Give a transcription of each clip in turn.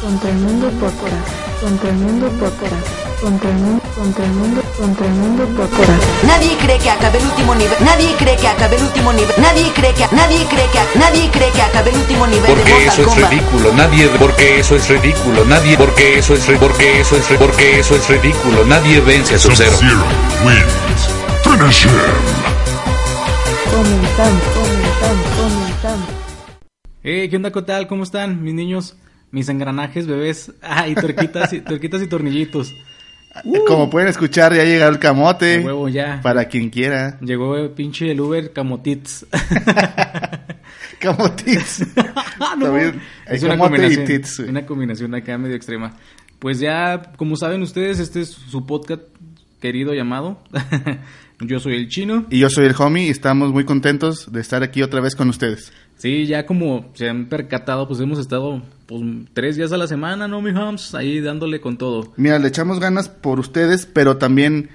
contra el mundo podcast, contra el mundo podcast, contra el mundo, contra el mundo, contra el mundo podcast. Nadie cree que acabe el último nivel. Nadie cree que acabe el último nivel. Nadie cree que nadie cree que nadie cree que acabe el último nivel de Porque eso Mortal es Kombat. ridículo, nadie, porque eso es ridículo, nadie, porque eso es, ri- porque eso es, ri- porque eso es ridículo, nadie vence a su cero. Sub-Zero wins. Finish him. Comenzamos, comenzamos, comenzamos. Eh, ¿qué onda, qué tal? ¿Cómo están, mis niños? Mis engranajes, bebés. Ah, y tuerquitas y, tuerquitas y tornillitos. Como pueden escuchar, ya llegó el camote. De Uh. huevo ya. Para quien quiera. Llegó el pinche el Uber Camotits. Camotis. Ah, No, bien. Hay es una camote y combinación, tits, güey. una combinación acá medio extrema. Pues ya, como saben ustedes, este es su podcast querido llamado. Yo soy el chino. Y yo soy el homie y estamos muy contentos de estar aquí otra vez con ustedes. Sí, ya como se han percatado, pues hemos estado pues, tres días a la semana, ¿no, mi hams? Ahí dándole con todo. Mira, le echamos ganas por ustedes, pero también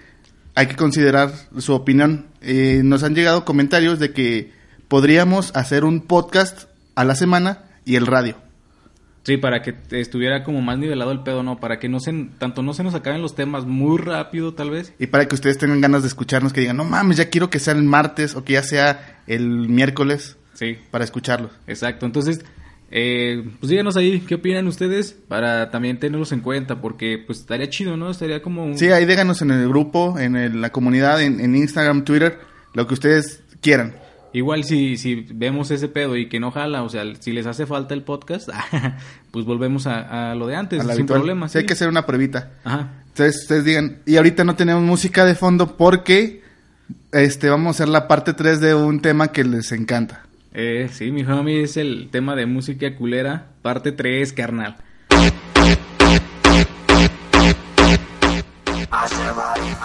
hay que considerar su opinión. Eh, nos han llegado comentarios de que podríamos hacer un podcast a la semana y el radio. Sí, para que te- estuviera como más nivelado el pedo, ¿no? Para que no se, tanto no se nos acaben los temas muy rápido, tal vez. Y para que ustedes tengan ganas de escucharnos, que digan, no mames, ya quiero que sea el martes o que ya sea el miércoles Sí, para escucharlos. exacto. Entonces, eh, pues díganos ahí qué opinan ustedes para también tenerlos en cuenta, porque pues estaría chido, ¿no? Estaría como... un- Sí, ahí déganos en el grupo, en el- la comunidad, en, en Instagram, Twitter, lo que ustedes quieran. Igual si, si vemos ese pedo y que no jala, o sea, si les hace falta el podcast, pues volvemos a, a lo de antes, a la sin habitual. problema. Sí, hay sí. que hacer una pruebita. Ajá. Entonces ustedes digan, y ahorita no tenemos música de fondo porque este vamos a hacer la parte 3 de un tema que les encanta. Eh, sí, mi homie es el tema de música culera, parte 3, carnal.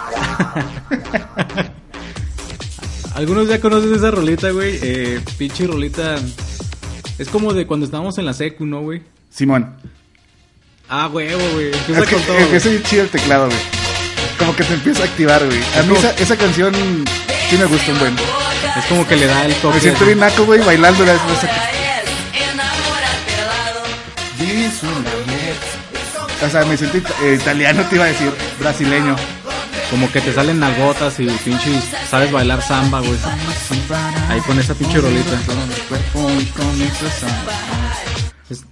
Algunos ya conocen esa rolita, güey. Eh, pinche rolita. Es como de cuando estábamos en la secu, ¿no, güey? Simón. Ah, huevo, güey. Empieza Es que, con todo. es que güey. es bien chido el teclado, güey. Como que te empieza a activar, güey. A mí como- esa, esa canción sí me gusta un buen. Es como que le da el toque. Me siento bien naco, güey, bailando la O sea, me siento ita- eh, italiano, te iba a decir, brasileño. Como que te salen nalgotas y pinche sabes bailar samba, güey. Ahí con esa pinche rolita. Es-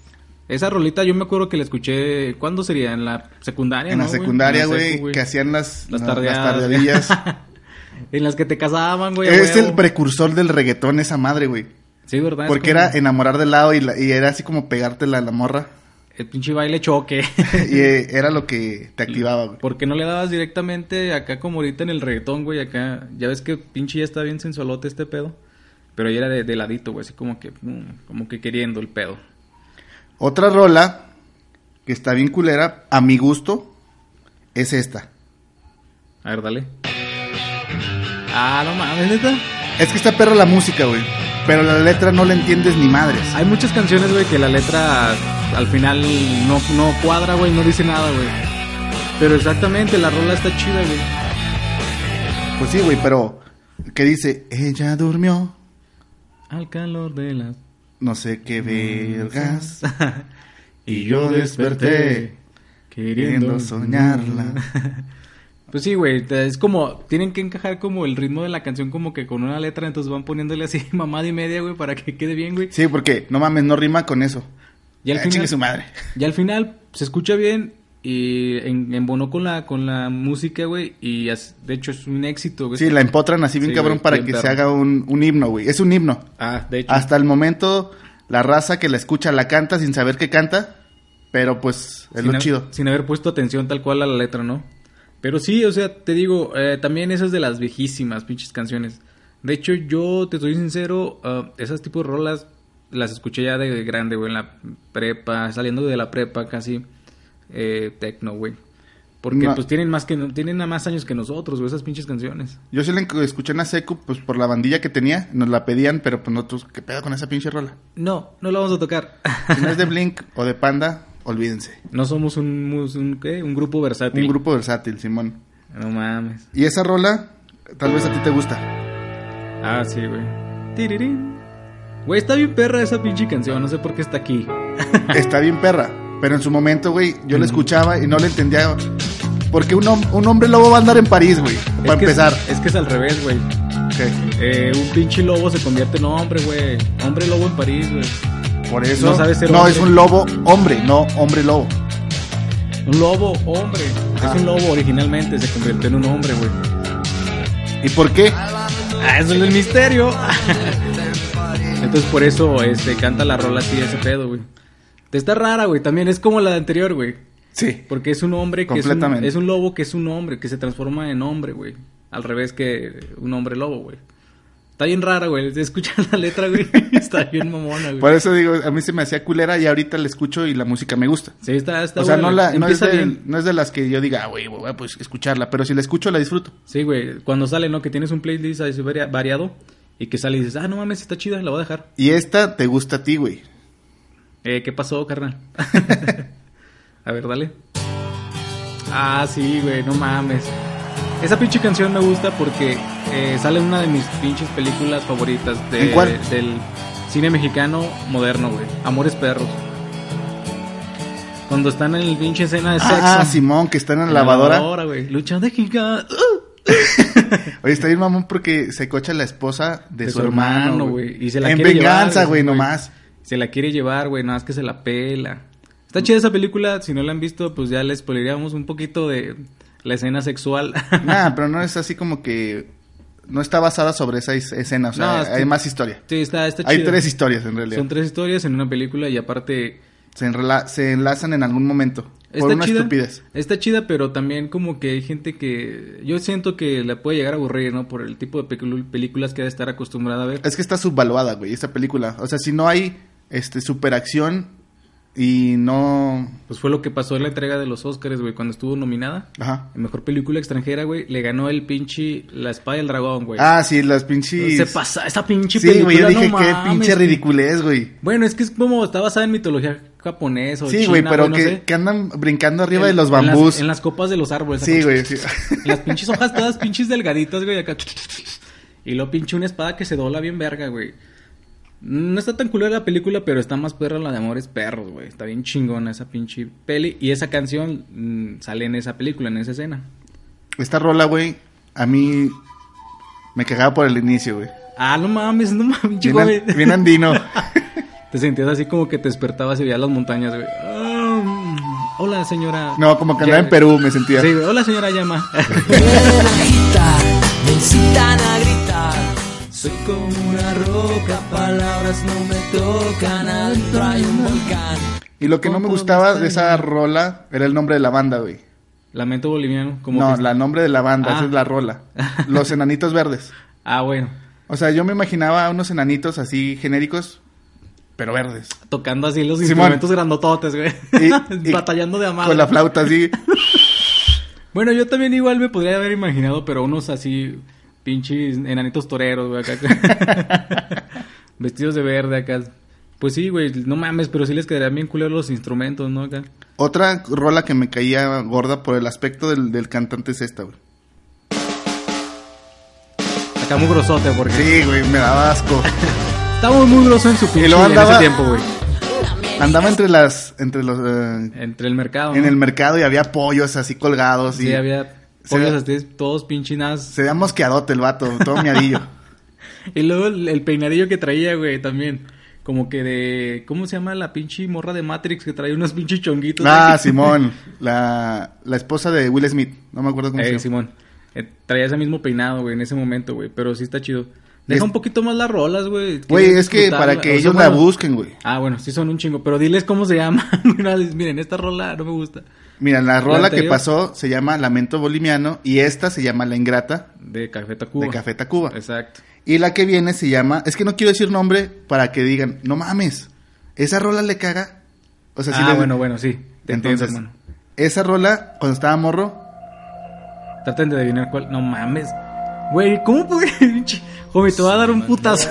esa rolita yo me acuerdo que la escuché, ¿cuándo sería? En la secundaria, En la ¿no, güey? secundaria, En la secu, güey, que hacían las, Las no, tardeadas. tardeadillas. En las que te casaban, güey. a es huevo. el precursor del reggaetón esa madre, güey. Sí, ¿verdad? Es Porque como era enamorar de lado y, la- y era así como pegártela a la morra. El pinche baile choque. y eh, era lo que te activaba, güey. Porque no le dabas directamente acá como ahorita en el reggaetón, güey? Acá, ya ves que pinche ya está bien sensualote este pedo. Pero ya era de, de ladito, güey, así como que, mm, como que queriendo el pedo. Otra rola que está bien culera, a mi gusto, es esta. A ver, dale. Ah, no mames, neta. Es que está perra la música, güey. Pero la letra no la entiendes ni madres. Hay muchas canciones, güey, que la letra al final no, no cuadra, güey, no dice nada, güey. Pero exactamente, la rola está chida, güey. Pues sí, güey, pero que dice, ella durmió, Al calor de las... no sé qué vergas. y yo desperté queriendo soñarla. Pues sí, güey, te- es como, tienen que encajar como el ritmo de la canción como que con una letra, entonces van poniéndole así mamada y media, güey, para que quede bien, güey. Sí, porque no mames, no rima con eso. Y al Ah, final, chingue su madre. Y al final se escucha bien y en, embonó con la, con la música, güey, y as- de hecho es un éxito, güey. Sí, la empotran así bien pues Sí, cabrón güey, para bien que se perro. haga un, un himno, güey. Es un himno. Ah, de hecho. Hasta el momento, la raza que la escucha la canta sin saber que canta, pero pues es Sin lo haber- chido. Sin haber puesto atención tal cual a la letra, ¿no? Pero sí, o sea, te digo, eh, también esas de las viejísimas pinches canciones. De hecho, yo te soy sincero, ah, esas tipos de rolas las escuché ya de grande, güey, en la prepa, saliendo de la prepa casi, eh, tecno, güey. Porque No. pues tienen más que tienen a más años que nosotros, güey, esas pinches canciones. Yo sí la enc- escuché en la secu, pues por la bandilla que tenía, nos la pedían, pero pues nosotros, ¿qué pedo con esa pinche rola? No, no la vamos a tocar. Si no es de Blink o de Panda, olvídense. no somos un, mus- un, ¿qué? un grupo versátil. Un grupo versátil, Simón. No mames. Y esa rola, tal vez a ti te gusta. Ah, sí, güey. Tirirín. Güey, está bien perra esa pinche canción, no sé por qué está aquí. Está bien perra. Pero en su momento, güey, yo la escuchaba y no le entendía. Porque un, hom- un hombre lobo va a andar en París, güey. Para Es que es- empezar. es que es al revés, güey. Ok. Eh, un pinche lobo se convierte en hombre, güey. Hombre lobo en París, güey. Por eso. No sabe ser no, hombre. es un lobo hombre, no hombre lobo. Un lobo, hombre. Ajá. Es un lobo originalmente, se convirtió en un hombre, güey. ¿Y por qué? Ah, eso es el misterio. Entonces por eso este, canta la rola así, ese pedo, güey. Está rara, güey. También es como la de anterior, güey. Sí. Porque es un hombre que es un, Completamente. es un lobo que es un hombre, que se transforma en hombre, güey. Al revés que un hombre lobo, güey. Está bien rara, güey. Escuchar la letra, güey. Está bien mamona, güey. Por eso digo, a mí se me hacía culera y ahorita la escucho y la música me gusta. Sí, está, está o sea, buena, no, güey. la, no, es Empieza de, bien. no es de las que yo diga, "Ah, güey, voy a pues, escucharla, pero si la escucho la disfruto. Sí, güey. Cuando sale, ¿no? Que tienes un playlist así varia- variado y que sale y dices, ah, no mames, está chida, la voy a dejar. Y esta te gusta a ti, güey. Eh, ¿qué pasó, carnal? a ver, dale. Ah, sí, güey, no mames. Esa pinche canción me gusta porque eh, sale en una de mis pinches películas favoritas de, ¿En cuál? del cine mexicano moderno, güey. Amores perros. Cuando están en el pinche escena de sexo. Ah, Simón, que está en la En lavadora. güey. Lucha de ¡uh! gigantes. Oye, está bien mamón porque se cocha la esposa de, su, hermano, güey. Y se la En quiere venganza, llevar, güey, nomás. Se la quiere llevar, güey, nada más que se la pela. Está chida esa película, si no la han visto, pues ya les spoileríamos un poquito de la escena sexual. Nah, pero no es así como que... No está basada sobre esa es- escena, o sea, No, es que- hay más historia. sí, está, está Hay chida. tres historias en realidad. Son tres historias en una película y aparte... Se, enrela- se enlazan en algún momento. por una estupidez. Está chida, pero también como que hay gente que... Yo siento que la puede llegar a aburrir, ¿no? Por el tipo de pecul- películas que debe estar acostumbrada a ver. Es que está subvaluada, güey, esta película. O sea, si no hay este superacción y no... Pues fue lo que pasó en la entrega de los Oscars, güey, cuando estuvo nominada. Ajá. Mejor película extranjera, güey, le ganó el pinche La Espada del Dragón, güey. Ah, sí, las pinches... Se pasa, esa pinche Sí, película, güey, yo no dije qué mames, pinche güey". ridiculez, güey. Bueno, es que es como está basada en mitología japonesa o Sí, china, güey, pero no que, sé. que andan brincando arriba En- de los en las- En las, bambús. copas de los árboles. Sí, acá. güey. sí. Las pinches hojas todas pinches delgaditas, güey, acá. Y luego pinche una espada que se dobla bien verga, güey. No está tan culera la película, pero está más perra la de Amores Perros, güey. Está bien chingona esa pinche peli. Y esa canción mm, sale en esa película, en esa escena. Esta rola, güey, a mí me cagaba por el inicio, güey. Ah, no mames, no mames, Bien, chico, güey. an- bien andino. Te sentías así como que te despertabas y veías las montañas, güey. Ah, mm, hola, señora. No, como que andaba Ya- en Perú, me sentía. Sí, güey. Hola, señora Llama. Me incitan a gritar. Soy Como una roca, palabras no me tocan. Adentro hay un volcán. Y lo que no me gustaba de esa rola era el nombre de la banda, güey. Lamento boliviano. Como No, que- la nombre de la banda, Ah. esa es la rola. Los enanitos verdes. Ah, bueno. O sea, yo me imaginaba a unos enanitos así genéricos, pero verdes. Tocando así los Simón. instrumentos grandototes, güey. Y- y- Batallando de amar. Con la flauta así. Bueno, yo también igual me podría haber imaginado, pero unos así pinches enanitos toreros, güey, acá. Vestidos de verde acá. Pues sí, güey, no mames, pero sí les quedarían bien culeros los instrumentos, ¿no? Acá. Otra rola que me caía gorda por el aspecto del, del cantante es esta, güey. Acá muy grosote, porque Sí, güey, me daba asco. estaba muy groso en su pinche luego en ese andaba- tiempo, güey. Andaba entre las, entre los, eh, Entre el mercado. en ¿no? el mercado y había pollos así colgados y Sí, había Se pollos ve- así, todos pinchinas. se veía mosqueadote el vato, todo miadillo. Y luego el, el peinadillo que traía, güey, también. Como que de. ¿Cómo se llama la pinche morra de Matrix que traía unos pinches chonguitos? ah, ahí? Simón, la, la esposa de Will Smith, no me acuerdo cómo se Eh, llama. Simón. Eh, traía ese mismo peinado, güey, en ese momento, güey. Pero sí está chido. Deja Es- un poquito más las rolas, güey. Güey, Quiero es que disfrutarla. para que O sea, ellos la bueno, busquen, güey. Ah, bueno, sí son un chingo. Pero diles cómo se llama. Una vez, Miren, esta rola no me gusta. Mira, la rola que anterior. pasó se llama Lamento Boliviano y esta se llama La Ingrata De Café Tacuba. de Café Tacuba. Exacto. Y la que viene se llama, es que no quiero decir nombre para que digan, no mames, esa rola le caga. O sea, si ah, le- bueno, bueno, sí. Te entiendo, Entonces, hermano. esa rola, cuando estaba morro, Traten de adivinar cuál. No mames. Güey, ¿cómo puede? pinche? Joven, te va a dar un putazo.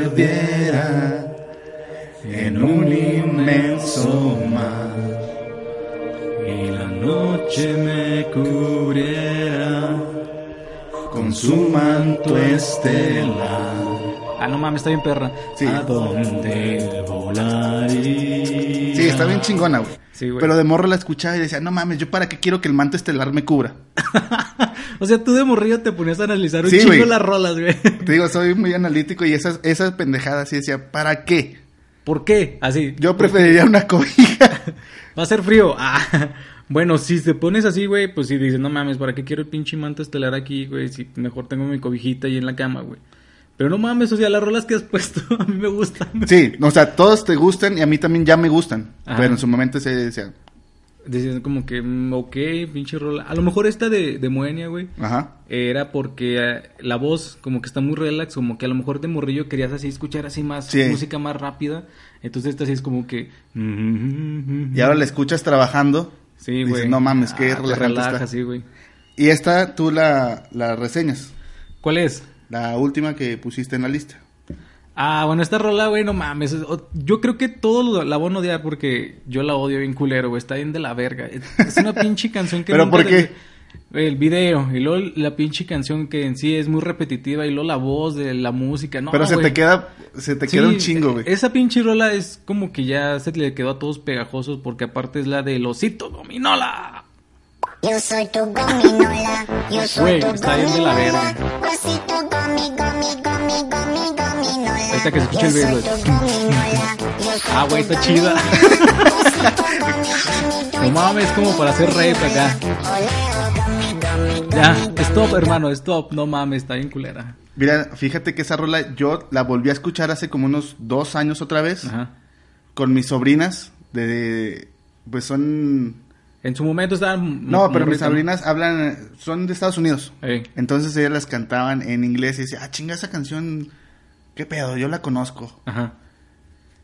perdiera en un inmenso mar. Y la noche me cubriera. Con su manto estelar. Ah, no mames, está bien perra. Sí. dónde volar? Sí, está está bien chingona, güey. Ah, Sí, güey. Pero de morro la escuchaba y decía, no mames, ¿yo para qué quiero que el manto estelar me cubra? o sea, tú de morrillo te ponías a analizar un Sí, chingo güey. las rolas, güey. Te digo, soy muy analítico y esas, esas pendejadas sí decía, ¿para qué? ¿Por qué? Así. Yo preferiría una cobija. Va a ser frío. Ah, bueno, si te pones así, güey, pues si dices, no mames, ¿para qué quiero el pinche manta estelar aquí, güey? Si mejor tengo mi cobijita ahí en la cama, güey. Pero no mames, o sea, las rolas que has puesto a mí me gustan. Sí, o sea, todos te gustan y a mí también ya me gustan. Ajá. Pero en su momento se decía, Decían como que, mm, ok, pinche rola. A lo mejor esta de, de Moenia, güey. ajá. Era porque eh, la voz como que está muy relax, como que a lo mejor de morrillo querías así escuchar así más Sí. música más rápida. Entonces esta sí es como que... Y ahora la escuchas trabajando. Sí, dices, güey. no mames, qué Ah, te relajante relaja, está. sí, güey. Y esta tú la, la reseñas. ¿Cuál es? La última que pusiste en la lista. Ah, bueno, esta rola, güey, no mames. es- o- Yo creo que todos lo- la van a odiar porque yo la odio bien culero, güey. Está bien de la verga. Es es una pinche canción que... ¿Pero nunca por de- qué? El video y luego la pinche canción que en sí es muy repetitiva y luego la voz de la música, no, pero se güey. te queda, se te Sí, e, queda un chingo, güey. Esa pinche rola es como que ya se le quedó a todos pegajosos porque aparte es la del osito gominola. Yo soy tu gominola, yo soy Güey, tu está bien de la gominola, verga. pasito gomi, gomi, gomi, gomi, gominola. Ahorita que se escuche el Yo soy verlo. tu gominola, yo soy Ah, güey, tu está chida. gominola. No mames, como para hacer rap acá. Ya, stop, hermano, stop. No mames, está bien culera. Mira, fíjate que esa rola yo la volví a escuchar hace como unos dos años otra vez Ajá. con mis sobrinas de, pues son, En su momento estaban. no, pero morritas, mis ¿no? sobrinas hablan, son de Estados Unidos. Ey. Entonces ellas las cantaban en inglés y decía, ah, chinga esa canción, qué pedo, yo la conozco. Ajá.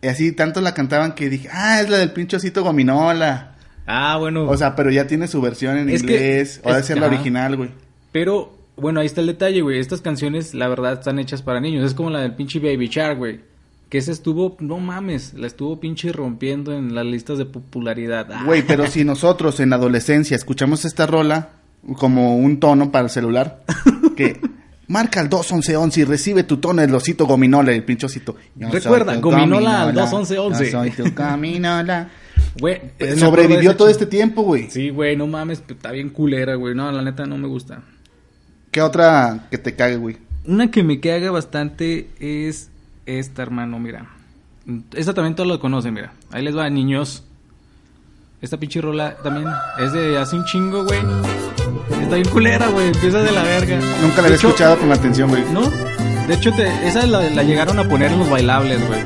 Y así tanto la cantaban que dije, ah, es la del pinche osito gominola. Ah, bueno. O sea, pero ya tiene su versión en Es que- inglés, o debe es- ser la ajá. original, güey. pero, bueno, ahí está el detalle, güey. Estas canciones, la verdad, están hechas para niños. Es como la del pinche Baby Shark, güey. Que esa estuvo, no mames, la estuvo pinche rompiendo en las listas de popularidad. Ah. Güey, pero si nosotros en la adolescencia escuchamos esta rola como un tono para el celular, que marca al 21111 y recibe tu tono el osito gominola, el pinchocito. Recuerda, gominola al 21111. Yo soy tu gominola. Güey, eh, me acuerdo de Sobrevivió esa todo chi- este tiempo, güey. Sí, güey, no mames, pero está bien culera, güey. No, la neta no me gusta. ¿Qué otra que te cague, güey? Una que me caga bastante es esta, hermano, mira. Esta también todos la conocen, mira. Ahí les va, niños. Esta pinche rola también es de hace un chingo, güey. Está bien culera, güey. Empieza de la verga. Nunca la De había hecho, escuchado con atención, güey. No. De hecho, te- esa la, la llegaron a poner en los bailables, güey.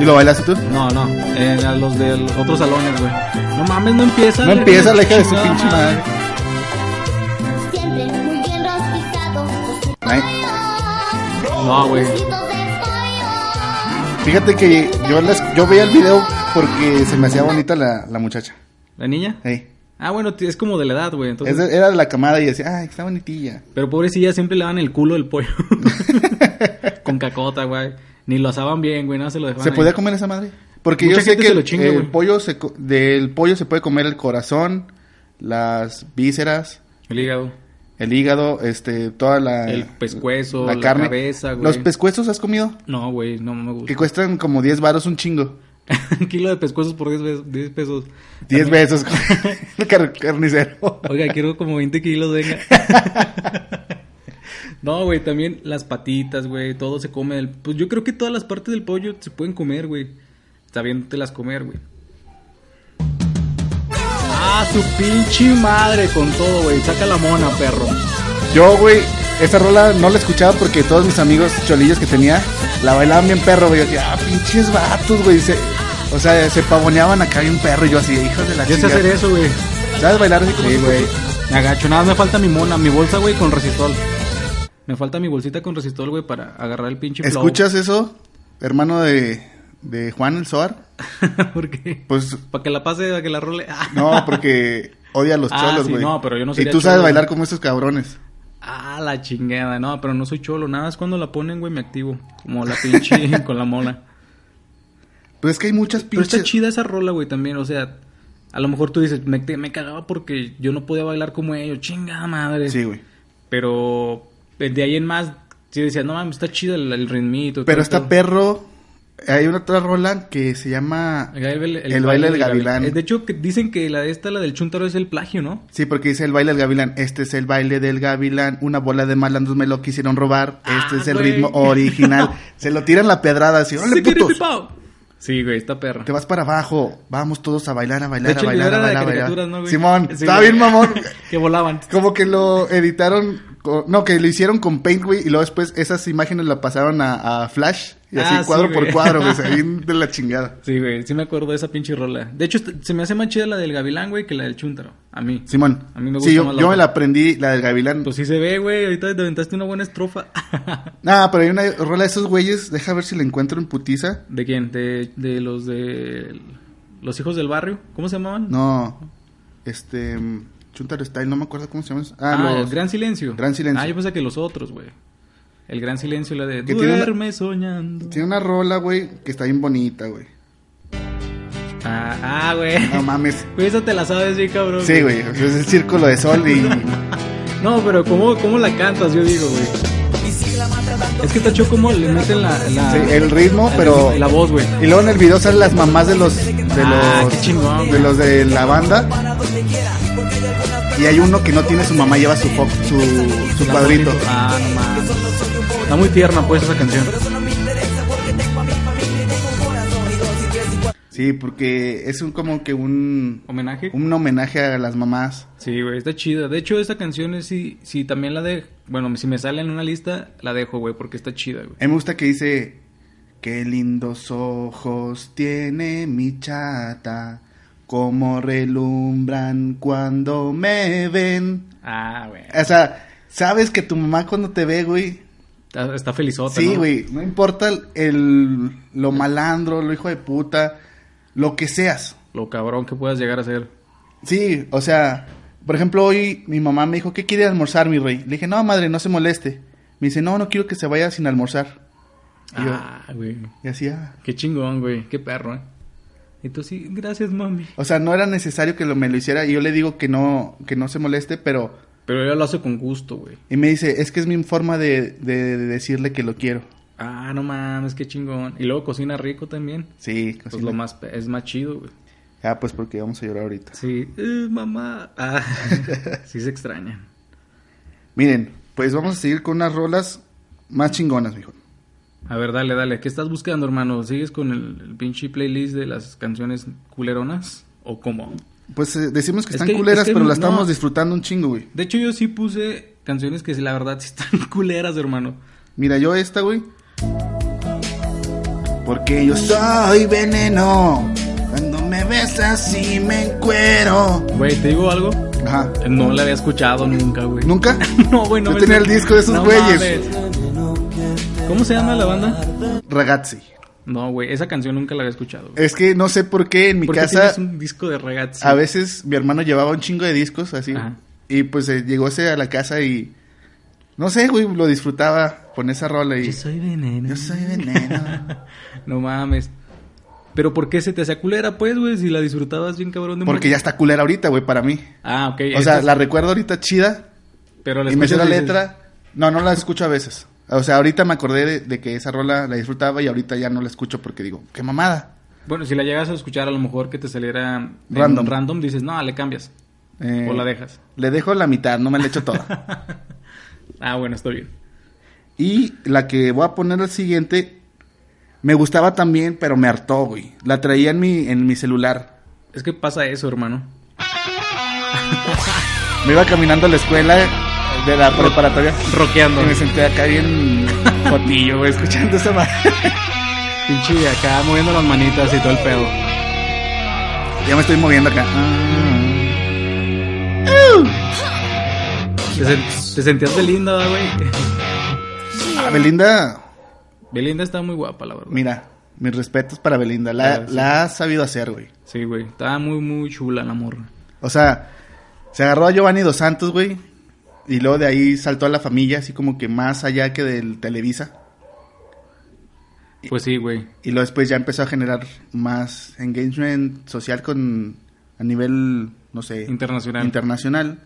¿Y lo bailaste tú? No, no. En a los de los otros salones, güey. No mames, no empieza. No empieza la hija de su chingada pinche madre. Siempre muy bien rostizado. Ay, No, güey. Cosito de pollo. Fíjate que yo, las, yo veía el video porque se me hacía bonita la, la muchacha. ¿La niña? Ey. Ah, bueno, t- es como de la edad, güey. Entonces... Es de- Era de la camada y decía, ay, está bonitilla. Pero pobrecilla siempre le daban el culo del pollo. Con cacota, güey. Ni lo asaban bien, güey. Nada se lo dejaban. ¿Se ahí. podía comer esa madre? Porque Mucha yo sé gente que se lo el- chinga, el güey. pollo se co- del pollo se puede comer el corazón, las vísceras, El hígado. el hígado, este, toda la El pescuezo, la cabeza, güey. ¿Los pescuezos has comido? No, güey. No me gusta. Que cuestan como 10 varos un chingo. un kilo de pescuezos por 10 pesos. 10 pesos. 10 También- pesos el car- carnicero. Oiga, quiero como 20 kilos, venga. no, güey. También las patitas, güey. Todo se come. del- Pues yo creo que todas las partes del pollo se pueden comer, güey. Sabiéndotelas comer, güey. Ah, su pinche madre con todo, güey. Saca la mona, perro. Yo, güey, esa rola no la escuchaba porque todos mis amigos cholillos que tenía la bailaban bien perro, güey. Yo decía, ah, pinches vatos, güey. se- o sea, se pavoneaban acá bien perro y yo así, hijos de la Yo sé chingada. hacer eso, güey. ¿Sabes bailar así como Sí, se- güey. Me agacho, nada, me falta mi mona, mi bolsa, güey, con resistol. Me falta mi bolsita con resistol, güey, para agarrar el pinche flow. ¿Escuchas eso, hermano de, de Juan el Zoar? ¿Por qué? Pues Para que la pase, para que la role. Ah. no, porque odia a los Ah, cholos, sí, güey. no, pero yo no Y sería tú sabes cholo, bailar güey. como estos cabrones. Ah, la chingada. No, pero no soy cholo. Nada, es cuando la ponen, güey, me activo. Como la pinche con la mona. Pero Pues es que hay muchas Pero está pinches. chida esa rola, güey, también. O sea, a lo mejor tú dices, me, te- me cagaba porque yo no podía bailar como ellos. Chingada madre. pues, Sí, güey. Pero de ahí en más, sí decía, no mames, está chido el, el ritmito. todo Pero el está pedo. perro Hay una otra rola que se llama El, baile- el El baile del gavilán. Eh, De hecho, que dicen que la de esta, la del Chuntaro, es el plagio, ¿no? Sí, porque dice el baile del gavilán. Este es el baile del gavilán. Una bola de malandros me lo quisieron robar. Este Ah, es el güey. ritmo original. se lo tiran la pedrada así. ¡Órale, Sí, que eres putos! pipao. Sí, güey, está perra. Te vas para abajo. Vamos todos a bailar, a De bailar, hecho, a el video bailar, a era de bailar, a caricaturas, bailar. ¿no, güey? Simón, Sí, estaba güey. bien mamón. que volaban. Como que lo editaron. co- No, que lo hicieron con Paint, güey. Y luego después esas imágenes las pasaron a, a Flash. Y así Ah, sí, cuadro por güey. cuadro, güey. se ve bien de la chingada. Sí, güey, sí me acuerdo de esa pinche rola. De hecho, est- se me hace más chida la del Gavilán, güey, que la del Chuntaro. A mí. Simón. A mí me gusta sí, yo, más la yo me otra. la aprendí, la del gavilán. Pues sí se ve, güey. Ahorita te aventaste una buena estrofa. Nah, Ah, pero hay una rola de esos güeyes. Deja ver si la encuentro en putiza. ¿De quién? ¿De, de los de. Los hijos del barrio? ¿Cómo se llamaban? No. Este. mm, Chuntaro Style, no me acuerdo cómo se llama. eso. Ah, Ah, los- el Gran Silencio. Gran Silencio. Ah, yo pensé que los otros, güey. El Gran Silencio, la de Que tiene una- Duerme soñando. Tiene una rola, güey, que está bien bonita, güey. Ah, ah, güey. No mames. Güey, esa te la sabes bien, cabrón. Sí, güey. Es el círculo de sol y. No, pero ¿cómo, cómo la cantas? Yo digo, güey. Es que está chido cómo le meten la. la- sí, el ritmo, la- pero. La voz, güey. Y luego en el video salen las mamás de los. De los. Ah, qué chingón, de güey. los de la banda. Y hay uno que no tiene su mamá, lleva su, fo- su, su La cuadrito. voz, Ah, no mames. Está muy tierna, pues, esa canción. Sí, porque es un como que un Homenaje. un homenaje a las mamás. Sí, güey, está chida. De hecho, esta canción es si, si también la dejo. Bueno, si me sale en una lista, la dejo, güey, porque está chida, güey. A mí me gusta que dice, qué lindos ojos tiene mi chata, cómo relumbran cuando me ven. Ah, güey. O sea, sabes que tu mamá cuando te ve, güey. Está, está felizota, Sí, ¿no? güey, no importa el, el- lo malandro, lo hijo de puta, lo que seas. Lo cabrón que puedas llegar a ser. Sí, o sea, por ejemplo, hoy mi mamá me dijo, ¿qué quiere almorzar, mi rey? Le dije, no, madre, no se moleste. Me dice, no, no quiero que se vaya sin almorzar. Y yo- Ah, güey. Y así, ah. Qué chingón, güey. Qué perro, eh. Y tú sí, gracias, mami. O sea, no era necesario que lo, me lo hiciera. Y yo le digo que no, que no se moleste, pero... Pero ella lo hace con gusto, güey. Y me dice, es que es mi forma de, de- de decirle que lo quiero. Ah, no mames, qué chingón. Y luego cocina rico también. Sí, Pues cocina. lo más, pe- es más chido, güey. Ah, pues porque vamos a llorar ahorita. Sí, eh, mamá. Ah, sí se extraña. Miren, pues vamos a seguir con unas rolas más chingonas, mijo. A ver, dale, dale. ¿Qué estás buscando, hermano? ¿Sigues con el, el pinche playlist de las canciones culeronas? ¿O cómo? Pues eh, decimos que Es están que- culeras, es que pero las no. estamos disfrutando un chingo, güey. De hecho, yo sí puse canciones que sí, la verdad sí están culeras, hermano. Mira, yo esta, güey. Porque yo soy veneno. Cuando me besas y me encuero. Güey, ¿te digo algo? Ajá. No la había escuchado nunca, güey. ¿Nunca? No, güey, no Yo me tenía sé. el disco de esos No güeyes. mames. ¿Cómo se llama la banda? Ragazzi. No, güey, esa canción nunca la había escuchado. güey. Es que no sé por qué en mi ¿Por qué casa tienes un disco de ragazzi? a veces mi hermano llevaba un chingo de discos así. Ajá. Y pues eh, llegó ese a la casa y no sé, güey, lo disfrutaba con esa rola y Yo soy veneno. yo soy veneno. No mames. Pero ¿por qué se te hacía culera, pues, güey? Si la disfrutabas bien cabrón de Porque ya está culera ahorita, güey, para mí. Ah, ok. O sea, esta- la recuerdo ahorita chida, Pero la Y me sé escuchas la dices, letra. No, no la escucho a veces. O sea, ahorita me acordé de, de que esa rola la disfrutaba y ahorita ya no la escucho porque digo, qué mamada. Bueno, si la llegas a escuchar, a lo mejor que te saliera en Random. random dices, no, le cambias. Eh, O la dejas. Le dejo la mitad, no me la echo toda. Ah, bueno, está bien. y la que voy a poner al siguiente, me gustaba también, pero me hartó, güey. La traía en mi, en mi celular. Es que pasa eso, hermano. Me iba caminando a la escuela de la preparatoria Roqueando. y me senté acá bien jotillo, güey, escuchando esa madre. Pinche acá moviendo las manitas y todo el pedo. ya me estoy moviendo acá. Te, sen- te sentías Belinda, ¿verdad, güey. Ah, Belinda, Belinda está muy guapa, la verdad. Mira, mis respetos para Belinda. La, Claro, sí. la ha sabido hacer, güey. Sí, güey. Estaba muy, muy chula la morra. O sea, se agarró a Giovanni Dos Santos, güey. Y luego de ahí saltó a la familia, así como que más allá que del Televisa. Pues sí, güey. Y luego después ya empezó a generar más engagement social con a nivel, no sé, Internacional. internacional.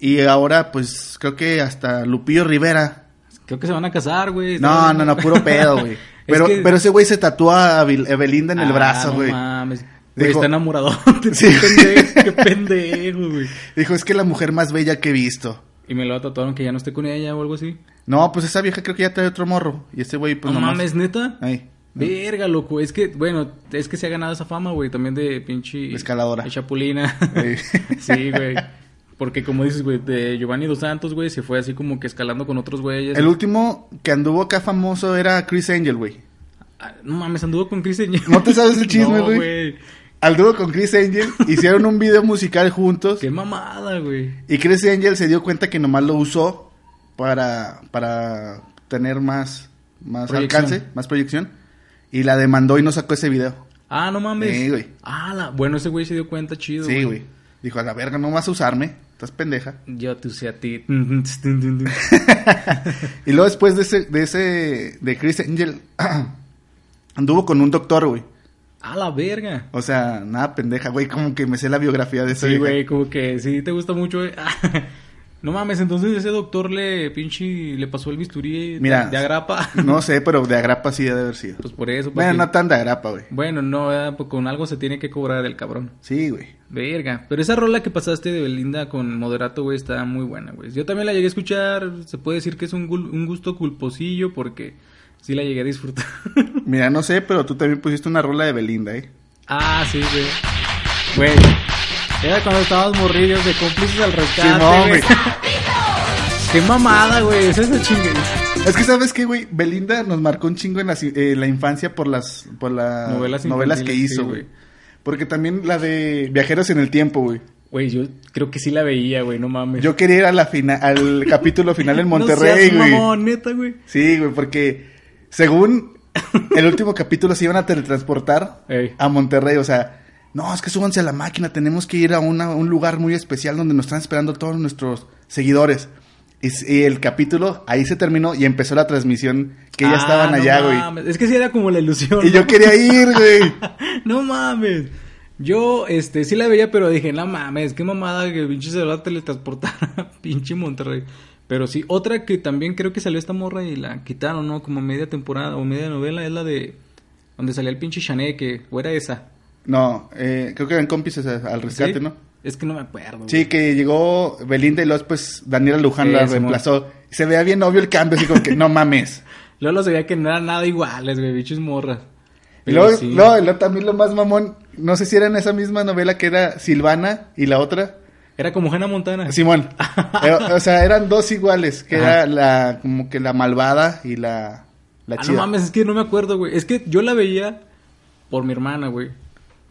Y ahora, pues creo que hasta Lupillo Rivera. Creo que se van a casar, güey. No, no, no, puro pedo, güey. Pero, que- pero ese güey se tatúa a Bel- a Belinda en el Ah, brazo, no güey. mames. Güey, Dijo- está enamorado. Sí. Qué pendejo, qué pendejo, güey. Dijo, es que la mujer más bella que he visto. Y me lo tatuaron que ya no esté con ella o algo así. No, pues esa vieja creo que ya trae otro morro. Y este güey, pues no nomás- mames, neta. Ay. Verga, loco. Es que, bueno, es que se ha ganado esa fama, güey. También de pinche. Escaladora. de chapulina. Ey. sí, güey. Porque como dices, güey, de Giovanni dos Santos, güey, se fue así como que escalando con otros güeyes. El último que anduvo acá famoso era Chris Angel, güey. Ah, No mames, anduvo con Chris Angel. ¿No te sabes el chisme, No, güey? Anduvo con Chris Angel, hicieron un video musical juntos. Qué mamada, güey. Y Chris Angel se dio cuenta que nomás lo usó para, para tener más, más Proyección. alcance, más proyección. Y la demandó y no sacó ese video. Ah, no mames. Sí, güey. Ah, la... bueno, ese güey se dio cuenta chido, Sí, güey. Dijo, a la verga, no vas a usarme. Estás pendeja. Yo te usé a ti. Y luego después de ese, de ese, de Chris Angel, anduvo con un doctor, güey. a la verga. O sea, nada pendeja, güey. Como que me sé la biografía de ese Sí, güey, como que sí te gusta mucho. güey. no mames, entonces ese doctor le pinche le pasó el bisturí Mira. de agrapa. No sé, pero de agrapa sí debe haber sido. Pues por eso, Bueno, papi. no tan de agrapa, güey. Bueno, no, ¿verdad? Pues con algo se tiene que cobrar el cabrón. Sí, güey. Verga. Pero esa rola que pasaste de Belinda con Moderato, güey, está muy buena, güey. Yo también la llegué a escuchar. Se puede decir que es un, gul- un gusto culposillo porque sí la llegué a disfrutar. Mira, no sé, pero tú también pusiste una rola de Belinda, eh. ah, sí, güey. Güey. Era cuando estábamos morrillos de cómplices al rescate. Simón, güey. güey. Qué mamada, güey. Esa es la chingue. Es que sabes que, güey, Belinda nos marcó un chingo en la, ci- eh, la infancia por las por las Novelas novelas, infantiles, que sí, hizo, güey. güey. Porque también la de Viajeros en el Tiempo, güey. Güey, yo creo que sí la veía, güey, no mames. Yo quería ir a la fina- al capítulo final en Monterrey, no seas güey. mamón, neta, güey. Sí, güey, porque según el último capítulo se iban a teletransportar Ey. a Monterrey, o sea, no, es que súbanse a la máquina, tenemos que ir a una- un lugar muy especial donde nos están esperando todos nuestros seguidores. Y, s- y el capítulo ahí se terminó y empezó la transmisión que ya Ah, estaban no allá, güey. mames. Es que sí era como la ilusión. Y ¿no? yo quería ir, güey. no mames. Yo, este, sí la veía, pero dije, no mames, qué mamada que pinche se va a teletransportar a pinche Monterrey. Pero sí, otra que también creo que salió esta morra y la quitaron, ¿no? Como media temporada o media novela es la de donde salía el pinche Chaneque, o era esa. No, eh, creo que eran cómplices a- al rescate, ¿Sí? Pues ¿no? Es que no me acuerdo. Sí, que llegó Belinda y luego pues Daniela Luján Sí, la Simón. reemplazó. Se veía bien obvio el cambio, así como que no mames. Luego se veía que no eran nada iguales, güey, bichos morras. Y Pero luego, sí. luego- y luego también lo más mamón, no sé si era en esa misma novela que era Silvana y la otra, Era como Hannah Montana. Simón. Era- o sea, eran dos iguales, que Ajá. era la como que la malvada y la, la Ah, no chida. mames, es que no me acuerdo, güey. Es que yo la veía por mi hermana, güey.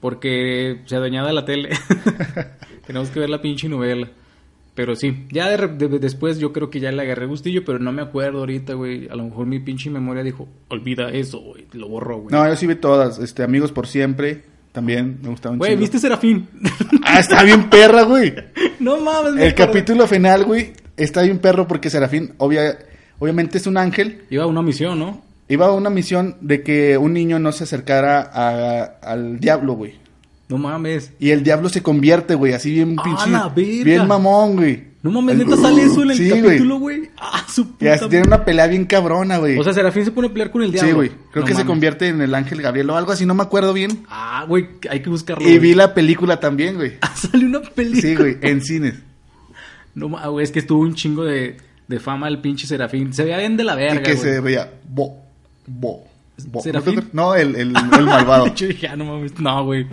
Porque se adueñaba de la tele. Tenemos que ver la pinche novela. Pero sí, ya de re- de- después yo creo que ya le agarré gustillo, pero no me acuerdo ahorita, güey. A lo mejor mi pinche memoria dijo, olvida eso, güey. Lo borró, güey. No, yo sí vi todas, este Amigos por Siempre, también me gustaban Güey, chingo. ¿viste Serafín? Ah, está bien perra, güey. no mames, me El acordé. capítulo final, güey, está bien perro porque Serafín obvia- obviamente es un ángel. Iba a una misión, ¿no? Iba a una misión de que un niño no se acercara a- al diablo, güey. No mames. Y el diablo se convierte, güey, así bien ¡A pinche. Ah, la verga! Bien mamón, güey. No mames, El- neta sale eso en el Sí, güey. capítulo, güey. Ah, su Y así puta tiene una pelea bien cabrona, güey. O sea, Serafín se pone a pelear con el diablo. sí, güey. Creo No que se mames. convierte en el ángel Gabriel o algo así, no me acuerdo bien. Ah, güey, hay que buscarlo. Y güey. vi la película también, güey. Sale una película. Sí, güey, eh. en cines. No, ma- güey, es que estuvo un chingo de, de fama el pinche Serafín. Se veía bien de la verga, y que güey. se veía bo, bo, bo. ¿Serafín? No, el, el, el malvado. Yo dije, ah, no mames, no, güey.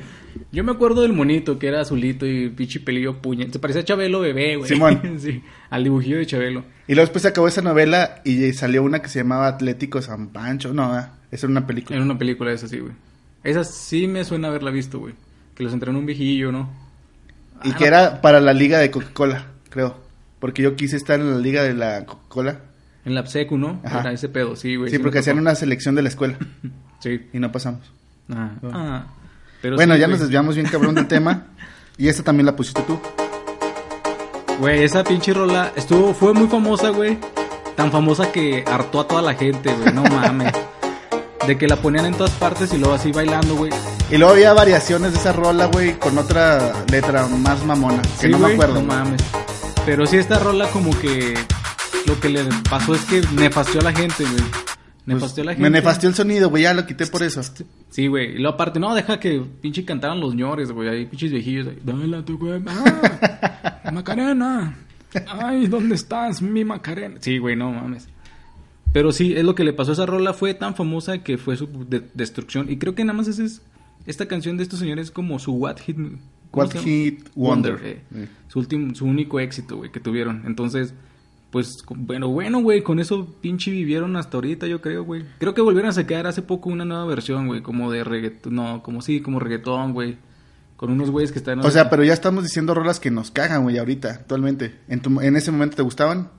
Yo me acuerdo del monito que era azulito y pinche pelillo puñet. Se parecía a Chabelo bebé, güey. Simón. sí, al dibujillo de Chabelo. y luego después se acabó esa novela y salió una que se llamaba Atlético San Pancho. No, ah, esa era una película. Era una película esa, sí, güey. Esa sí me suena haberla visto, güey. Que los entrenó un viejillo, ¿no? Y Ah, que no. era para la liga de Coca-Cola, creo. Porque yo quise estar en la liga de la Coca-Cola. En la Psecu, ¿no? Ajá. Era ese pedo, sí, güey. Sí, porque me hacían tocó. una selección de la escuela Sí. y no pasamos. Ah, ah. Pero bueno, sí, ya güey. nos desviamos bien cabrón del tema. Y esta también la pusiste tú. Güey, esa pinche rola estuvo, fue muy famosa, güey. Tan famosa que hartó a toda la gente, güey. No mames. De que la ponían en todas partes y luego así bailando, güey. Y luego había variaciones de esa rola, güey, con otra letra más mamona. Que Sí, no me güey, acuerdo. No mames. Pero sí, esta rola como que lo que le pasó es que nefasteó a la gente, güey. Nefasteó la gente. Pues, Este, Me nefasteó el sonido, güey, ya lo quité por eso. Sí, güey. Y luego aparte, no, deja que pinche cantaran los ñores, güey. Ahí pinches viejillos. Ahí, Dale a tu güey. Ah, Macarena. Ay, ¿dónde estás, mi Macarena? Sí, güey, no mames. Pero sí, es lo que le pasó a esa rola. Fue tan famosa que fue su de- destrucción. Y creo que nada más ese es esta canción de estos señores como su What Hit... ¿cómo What se llama? Hit Wonder. eh. Eh. Su, último, su único éxito, güey, que tuvieron. Entonces, pues, con- bueno, bueno, güey, con eso pinche vivieron hasta ahorita, yo creo, güey. Creo que volvieron a sacar hace poco una nueva versión, güey, como de reggaetón, no, como sí, como reggaetón, güey. Con unos güeyes que están... O sea, pero ya estamos diciendo rolas que nos cagan, güey, ahorita, actualmente. ¿En, tu- en ese momento te gustaban?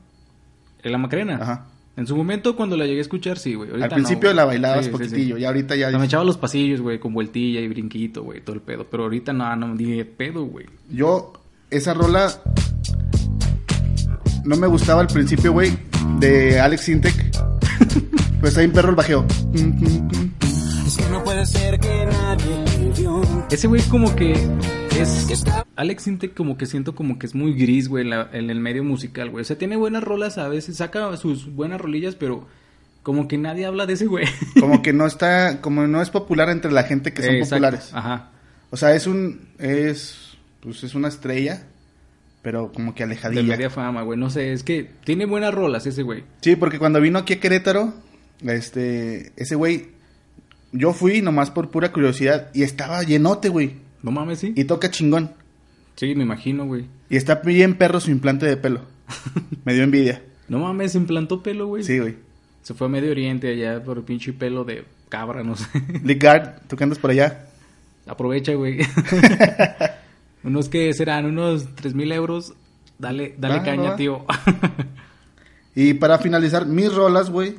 En la Macarena. Ajá. En su momento, cuando la llegué a escuchar, sí, güey. Ah. Ahorita Al no, principio güey. la bailabas Sí, sí, sí. poquitillo, y ahorita ya... O sea, me echaba los pasillos, güey, con vueltilla y brinquito, güey, todo el pedo. Pero ahorita no, no, ni de pedo, güey. Yo, esa rola no me gustaba al principio, güey, de Alex Intec. pues hay un perro el bajeo. Es que no puede ser que nadie te vio. Ese güey como que es... Alex Sintek como que siento como que es muy gris, güey, en, la- en el medio musical, güey. O sea, tiene buenas rolas a veces, saca sus buenas rolillas, pero como que nadie habla de ese güey. Como que no está, como no es popular entre la gente que son Eh, exacto. populares. Ajá. O sea, es un, es, pues es una estrella, pero como que De alejadilla. media fama, güey. No sé, es que tiene buenas rolas ese güey. Sí, porque cuando vino aquí a Querétaro, este, ese güey, yo fui nomás por pura curiosidad y estaba llenote, güey, No mames, sí. y toca chingón. Sí, me imagino, güey. Y está bien perro su implante de pelo. Me dio envidia. No mames, se implantó pelo, güey. Sí, güey. Se fue a Medio Oriente allá por pinche pelo de cabra, no sé. Lick Guard, tú que andas por allá. Aprovecha, güey. unos que serán unos tres mil euros. Dale, dale Va, caña, va. tío. Y para finalizar, mis rolas, güey.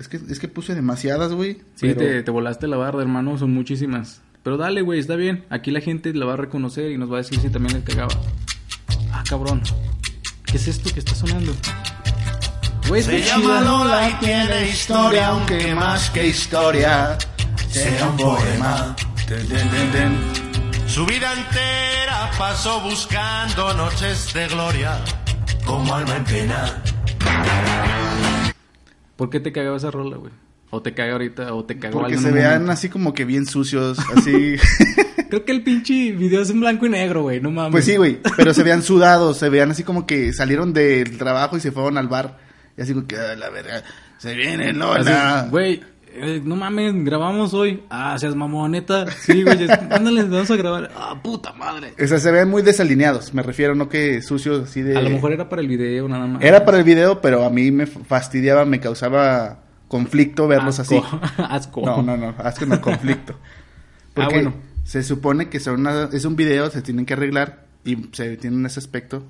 Es que, es que puse demasiadas, güey. Sí, pero- te, te volaste la barda, hermano, son muchísimas. Pero dale, güey, está bien. Aquí la gente la va a reconocer y nos va a decir si también le cagaba. Ah, cabrón. ¿Qué es esto que está sonando? Güey, está chida. Lola y tiene historia, aunque más que historia sea un poema. Su vida entera pasó buscando noches de gloria, como alma en pena. ¿Por qué te cagaba esa rola, güey? O te caga ahorita, o te cagó Porque algún se vean momento. así como que bien sucios, así. Creo que el pinche video es en blanco y negro, güey, no mames. pues sí, güey. Pero se vean sudados, se vean así como que salieron del trabajo y se fueron al bar. Y así como que, "Ah, la verga, se viene Lola. Así, Güey, eh, no mames, grabamos hoy. Ah, seas mamoneta. Sí, güey, ya- ándale, vamos a grabar. Ah, puta madre. O sea, se ven muy desalineados, me refiero, no que sucios así de... A lo mejor era para el video nada más. Era para el video, pero a mí me fastidiaba, me causaba conflicto verlos Asco. así. Asco. No, no, no, asco no, conflicto. Porque bueno. se supone que son una- es un video, se tienen que arreglar y se tienen ese aspecto.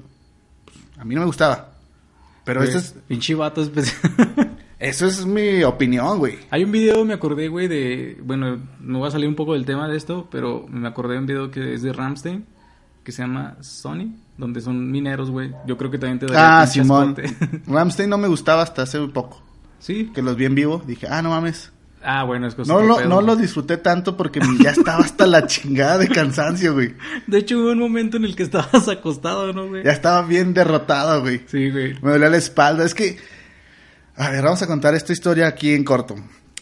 pues, A mí no me gustaba. Pero Güey, eso es, Pinche vato especial. eso es mi opinión, güey. Hay un video, me acordé, güey, de... Bueno, me voy a salir un poco del tema de esto, pero me acordé de un video que es de Ramstein, que se llama Sony, donde son mineros, güey. Yo creo que también te daría Ah, pinche Simón. ascote. Ramstein no me gustaba hasta hace poco. sí. Que los vi en vivo, dije, ah, no mames. Ah, bueno, es cosa No de lo, pedo. no lo disfruté tanto porque ya estaba hasta la chingada de cansancio, güey. De hecho, hubo un momento en el que estabas acostado, ¿no, güey? Ya estaba bien derrotado, güey. Sí, güey. Me dolía la espalda. Es que. A ver, vamos a contar esta historia aquí en corto.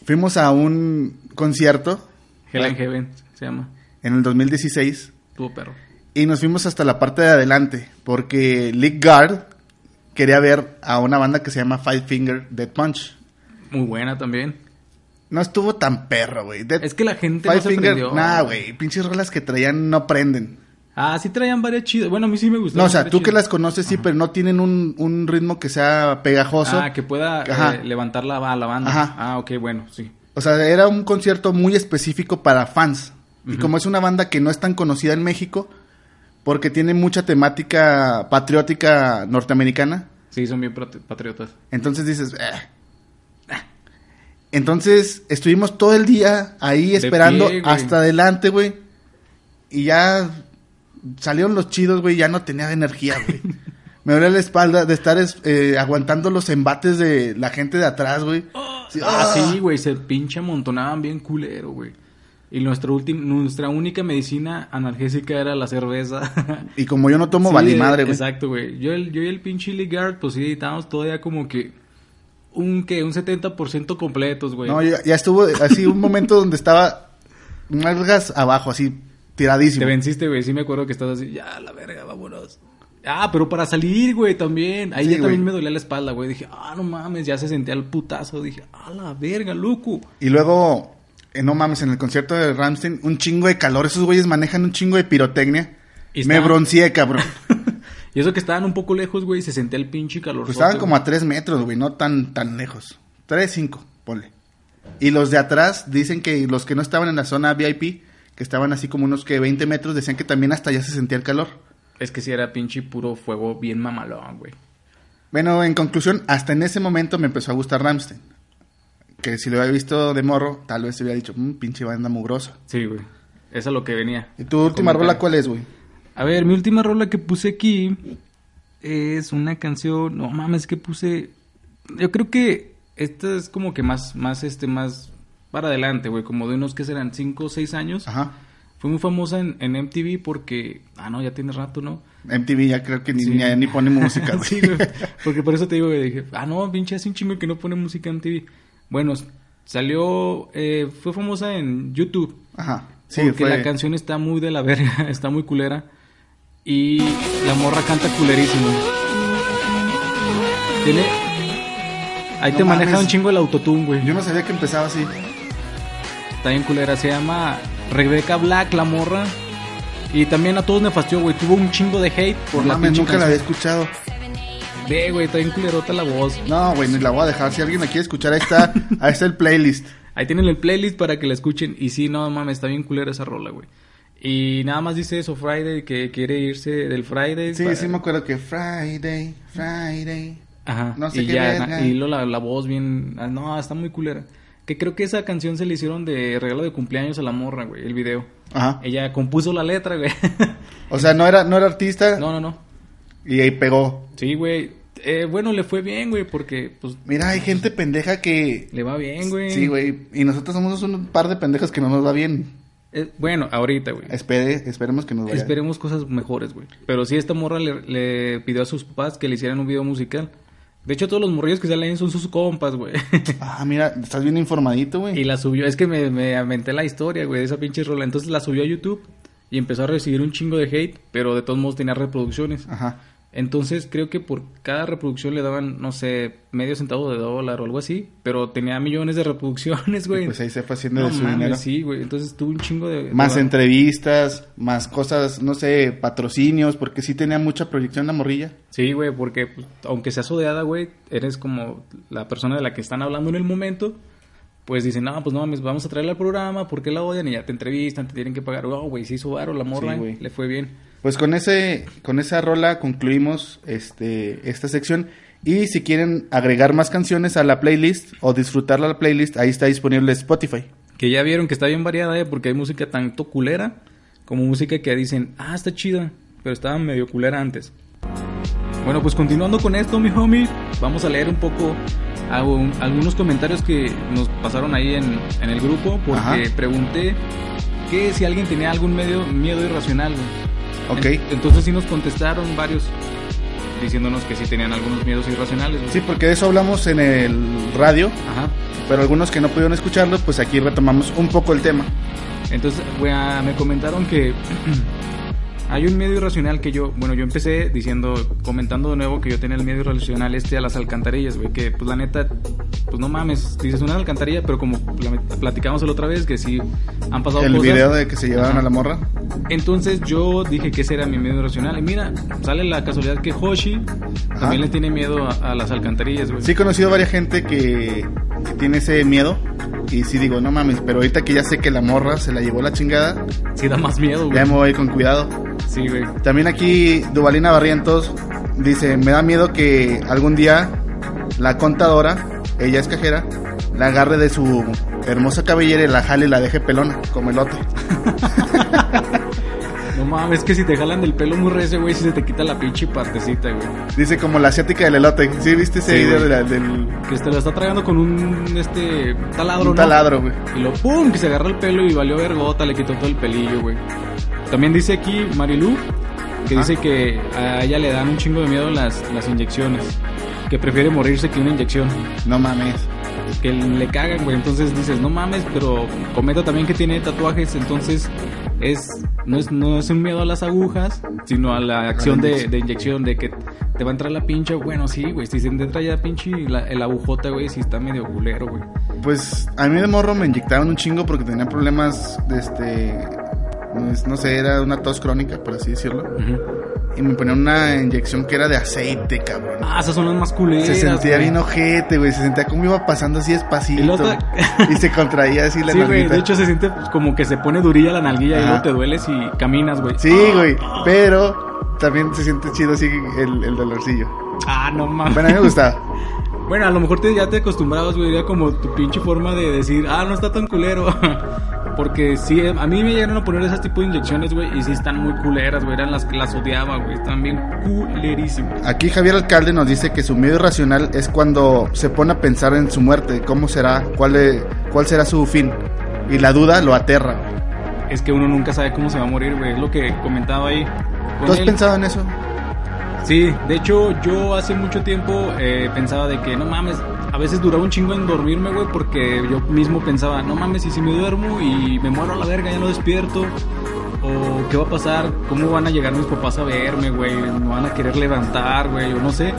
Fuimos a un concierto Hell and Heaven se llama. en el 2016 Tuvo perro. y nos fuimos hasta la parte de adelante porque Lick Guard quería ver a una banda que se llama Five Finger Dead Punch. Muy buena también. No estuvo tan perro, güey. Dead- Es que la gente Five no se Finger, prendió. nah, güey. Pinches rolas que traían no prenden. Ah, sí traían varias chidas. Bueno, a mí sí me gustó. No, o sea, tú que las conoces, sí, pero no tienen un, un ritmo que sea pegajoso. Ah, que pueda Ajá. eh, levantar la, ba- la banda. Ajá. Ah, ok, bueno, sí. O sea, era un concierto muy específico para fans. Y como es una banda que no es tan conocida en México, porque tiene mucha temática patriótica norteamericana, Sí, son bien prot- patriotas. entonces dices... "Eh". Entonces estuvimos todo el día ahí De esperando pie, güey. hasta adelante, güey. Y ya salieron los chidos, güey, ya no tenía energía, güey. Me dolía la espalda de estar es- eh, aguantando los embates de la gente de atrás, güey. Sí, Ah, ah. sí, güey, se pinche amontonaban bien culero, güey. Y nuestra, última, nuestra única medicina analgésica era la cerveza. Y como yo no tomo Sí, vali eh, madre, güey. Exacto, güey. Yo, el- yo y el pinche Ligard, pues sí, estábamos todavía como que. un que un 70% completos, güey. No, ya, ya estuvo así un momento donde estaba nalgas abajo, así tiradísimo. Te venciste, güey. Sí me acuerdo que estabas así, ya, la verga, vámonos. Ah, pero para salir, güey, también. Ahí Sí, ya también güey. me dolía la espalda, güey. Dije, ah, no mames, ya se sentía el putazo. Dije, ah, la verga, loco. Y luego, eh, no mames, en el concierto de Ramstein, un chingo de calor. Esos güeyes manejan un chingo de pirotecnia. Y Me estaban- bronceé, cabrón. y eso que estaban un poco lejos, güey, se sentía el pinche calor. Pues estaban como a tres metros, güey, no tan, tan lejos. Tres, cinco, ponle. Y los de atrás dicen que los que no estaban en la zona VIP, que estaban así como unos que 20 metros, decían que también hasta allá se sentía el calor. Es que sí era pinche puro fuego bien mamalón, güey. Bueno, en conclusión, hasta en ese momento me empezó a gustar Ramstein. Que si lo había visto de morro, tal vez se hubiera dicho, "Mm, pinche banda mugrosa. Sí, güey. Eso es a lo que venía. ¿Y tu última Comentario. rola cuál es, güey? A ver, mi última rola que puse aquí es una canción. No mames, que puse. Yo creo que esta es como que más, más, este, más para adelante, güey. Como de unos que serán 5 o 6 años. Ajá. Fue muy famosa en, en MTV porque. Ah, no, ya tiene rato, ¿no? MTV ya creo que ni, Sí. ni, ni pone música, güey. Sí, güey. Porque por eso te digo, güey, dije, ah, no, pinche, hace un chingo que no pone música en MTV. Bueno, salió. eh, fue famosa en YouTube. Ajá. Sí, porque fue... la canción está muy de la verga, está muy culera. Y la morra canta culerísimo. Tiene- Ahí No te mames. maneja un chingo el autotune, güey. Yo no sabía que empezaba así. Está bien culera. Se llama Rebecca Black, la morra. Y también a todos me fastidió, güey. Tuvo un chingo de hate por Por la mames, pinche nunca la había escuchado. canción. Ve, güey, está bien culerota la voz. No, güey, ni la voy a dejar. Si alguien la quiere escuchar, ahí está, ahí está el playlist. Ahí tienen el playlist para que la escuchen. Y sí, no mames, está bien culera esa rola, güey. Y nada más dice eso, Friday, que quiere irse del Friday. Sí, para- sí me acuerdo que Friday, Friday. Ajá. No sé y qué ya, verga. na- y luego la, la voz bien. ah, No, está muy culera. Que creo que esa canción se le hicieron de regalo de cumpleaños a la morra, güey, el video. Ajá. Ella compuso la letra, güey. O sea, no era, no era artista no, no, no. y ahí pegó. Sí, güey. Eh, bueno, le fue bien, güey, porque pues Mira, hay gente pendeja que... le va bien, güey. Sí, güey. Y nosotros somos un par de pendejos que no nos va bien. Eh, bueno, ahorita, güey. Espere, esperemos que nos vaya. bien. Esperemos cosas mejores, güey. Pero sí, esta morra le, le pidió a sus papás que le hicieran un video musical. De hecho, todos los morrillos que salen ahí son sus compas, güey. Ah, mira, estás bien informadito, Y güey. la subió, es que me, me aventé la historia, güey, de esa pinche rola. Entonces la subió a YouTube y empezó a recibir un chingo de hate, pero de todos modos tenía reproducciones. Ajá. Entonces creo que por cada reproducción le daban, no sé, medio centavo de dólar o algo así, pero tenía millones de reproducciones, güey. Pues ahí se fue haciendo no de su mames, dinero. sí, güey. Entonces tuvo un chingo de. Más de- entrevistas, más cosas, no sé, patrocinios, porque sí tenía mucha proyección la morrilla. Sí, güey, porque pues, aunque seas odiada, güey, eres como la persona de la que están hablando en el momento. Pues dicen, no, pues no mames, vamos a traerla al programa, ¿por qué la odian? Y ya te entrevistan, te tienen que pagar. Oh, güey, se hizo varo la morra, Sí, güey. le fue bien. Pues con ese, con esa rola concluimos este, esta sección. Y si quieren agregar más canciones a la playlist o disfrutarla a la playlist, ahí está disponible Spotify. Que ya vieron que está bien variada, ¿eh? Porque hay música tanto culera como música que dicen, ah, está chida, pero estaba medio culera antes. Bueno, pues continuando con esto, mi homie, vamos a leer un poco hago un- algunos comentarios que nos pasaron ahí en, en el grupo, porque Ajá. pregunté que si alguien tenía algún medio, miedo irracional. güey. Ok. En- entonces sí nos contestaron varios diciéndonos que sí tenían algunos miedos irracionales. güey. Sí, porque de eso hablamos en el radio, Ajá. pero algunos que no pudieron escucharlo, pues aquí retomamos un poco el tema. Entonces, güey, ah, me comentaron que hay un miedo irracional que yo, bueno, yo empecé diciendo, comentando de nuevo que yo tenía el miedo irracional este a las alcantarillas, güey, que pues la neta, pues no mames, dices una alcantarilla, pero como pla- platicamos la otra vez, que sí han pasado El cosas. video de que se llevaron Ajá. a la morra. Entonces yo dije que ese era mi miedo irracional. Y mira, sale la casualidad que Hoshi Ajá. también le tiene miedo a, a las alcantarillas, güey. Sí he conocido a varias gente que, que tiene ese miedo y sí digo, no mames, pero ahorita que ya sé que la morra se la llevó la chingada, Sí da más miedo, güey. ya me voy con cuidado. Sí, güey. También aquí Duvalina Barrientos dice, me da miedo que algún día la contadora, ella es cajera, la agarre de su hermosa cabellera y la jale y la deje pelona, como el otro. No mames, es que si te jalan del pelo muy recio, güey, si se te quita la pinche partecita, güey. Dice como la asiática del elote. ¿Sí viste ese Sí, video güey. de la- del Que se lo está tragando con un este taladro, un ¿no? taladro, güey? Y lo pum, que se agarró el pelo y valió vergota, le quitó todo el pelillo, güey. También dice aquí Marilu, que Ajá. dice que a ella le dan un chingo de miedo las, las inyecciones. que prefiere morirse que una inyección. No mames. Que le cagan, güey. Entonces dices, no mames, pero cometa también que tiene tatuajes. Entonces es no, es no es un miedo a las agujas, sino a la acción de, de inyección, de que te va a entrar la pinche. Bueno, sí, güey. Si se te entra ya pinche la- el agujota, güey, si está medio culero, güey. Pues a mí de morro me inyectaban un chingo porque tenía problemas de este. pues, No sé, era una tos crónica, por así decirlo. Y me ponían una inyección que era de aceite, cabrón. Ah, esas son las más culeras. Se sentía güey. bien ojete, güey. Se sentía como iba pasando así Y despacito. luego ta- Y se contraía así la Sí, güey. nalguita. De hecho, se siente pues, como que se pone durilla la nalguilla y Ajá. luego te dueles y caminas, güey. Sí, güey. Pero también se siente chido así el, el dolorcillo. Ah, no mames. Bueno, a mí me gustaba. Bueno, a lo mejor te, ya te acostumbrabas, güey, era como tu pinche forma de decir, ah, no está tan culero. Porque sí, eh, a mí me llegaron a poner esas tipo de inyecciones, güey, y sí están muy culeras, güey, eran las que las odiaba, güey, están bien culerísimas. Aquí Javier Alcalde nos dice que su miedo irracional es cuando se pone a pensar en su muerte, cómo será, cuál, le- cuál será su fin. Y la duda lo aterra. güey. Es que uno nunca sabe cómo se va a morir, güey, es lo que comentaba ahí. con ¿Tú has él. pensado en eso? Sí, de hecho yo hace mucho tiempo eh, pensaba de que no mames, a veces duraba un chingo en dormirme, güey, porque yo mismo pensaba, no mames, y si me duermo y me muero a la verga, ya no despierto, o qué va a pasar, cómo van a llegar mis papás a verme, güey, me van a querer levantar, güey, o no sé.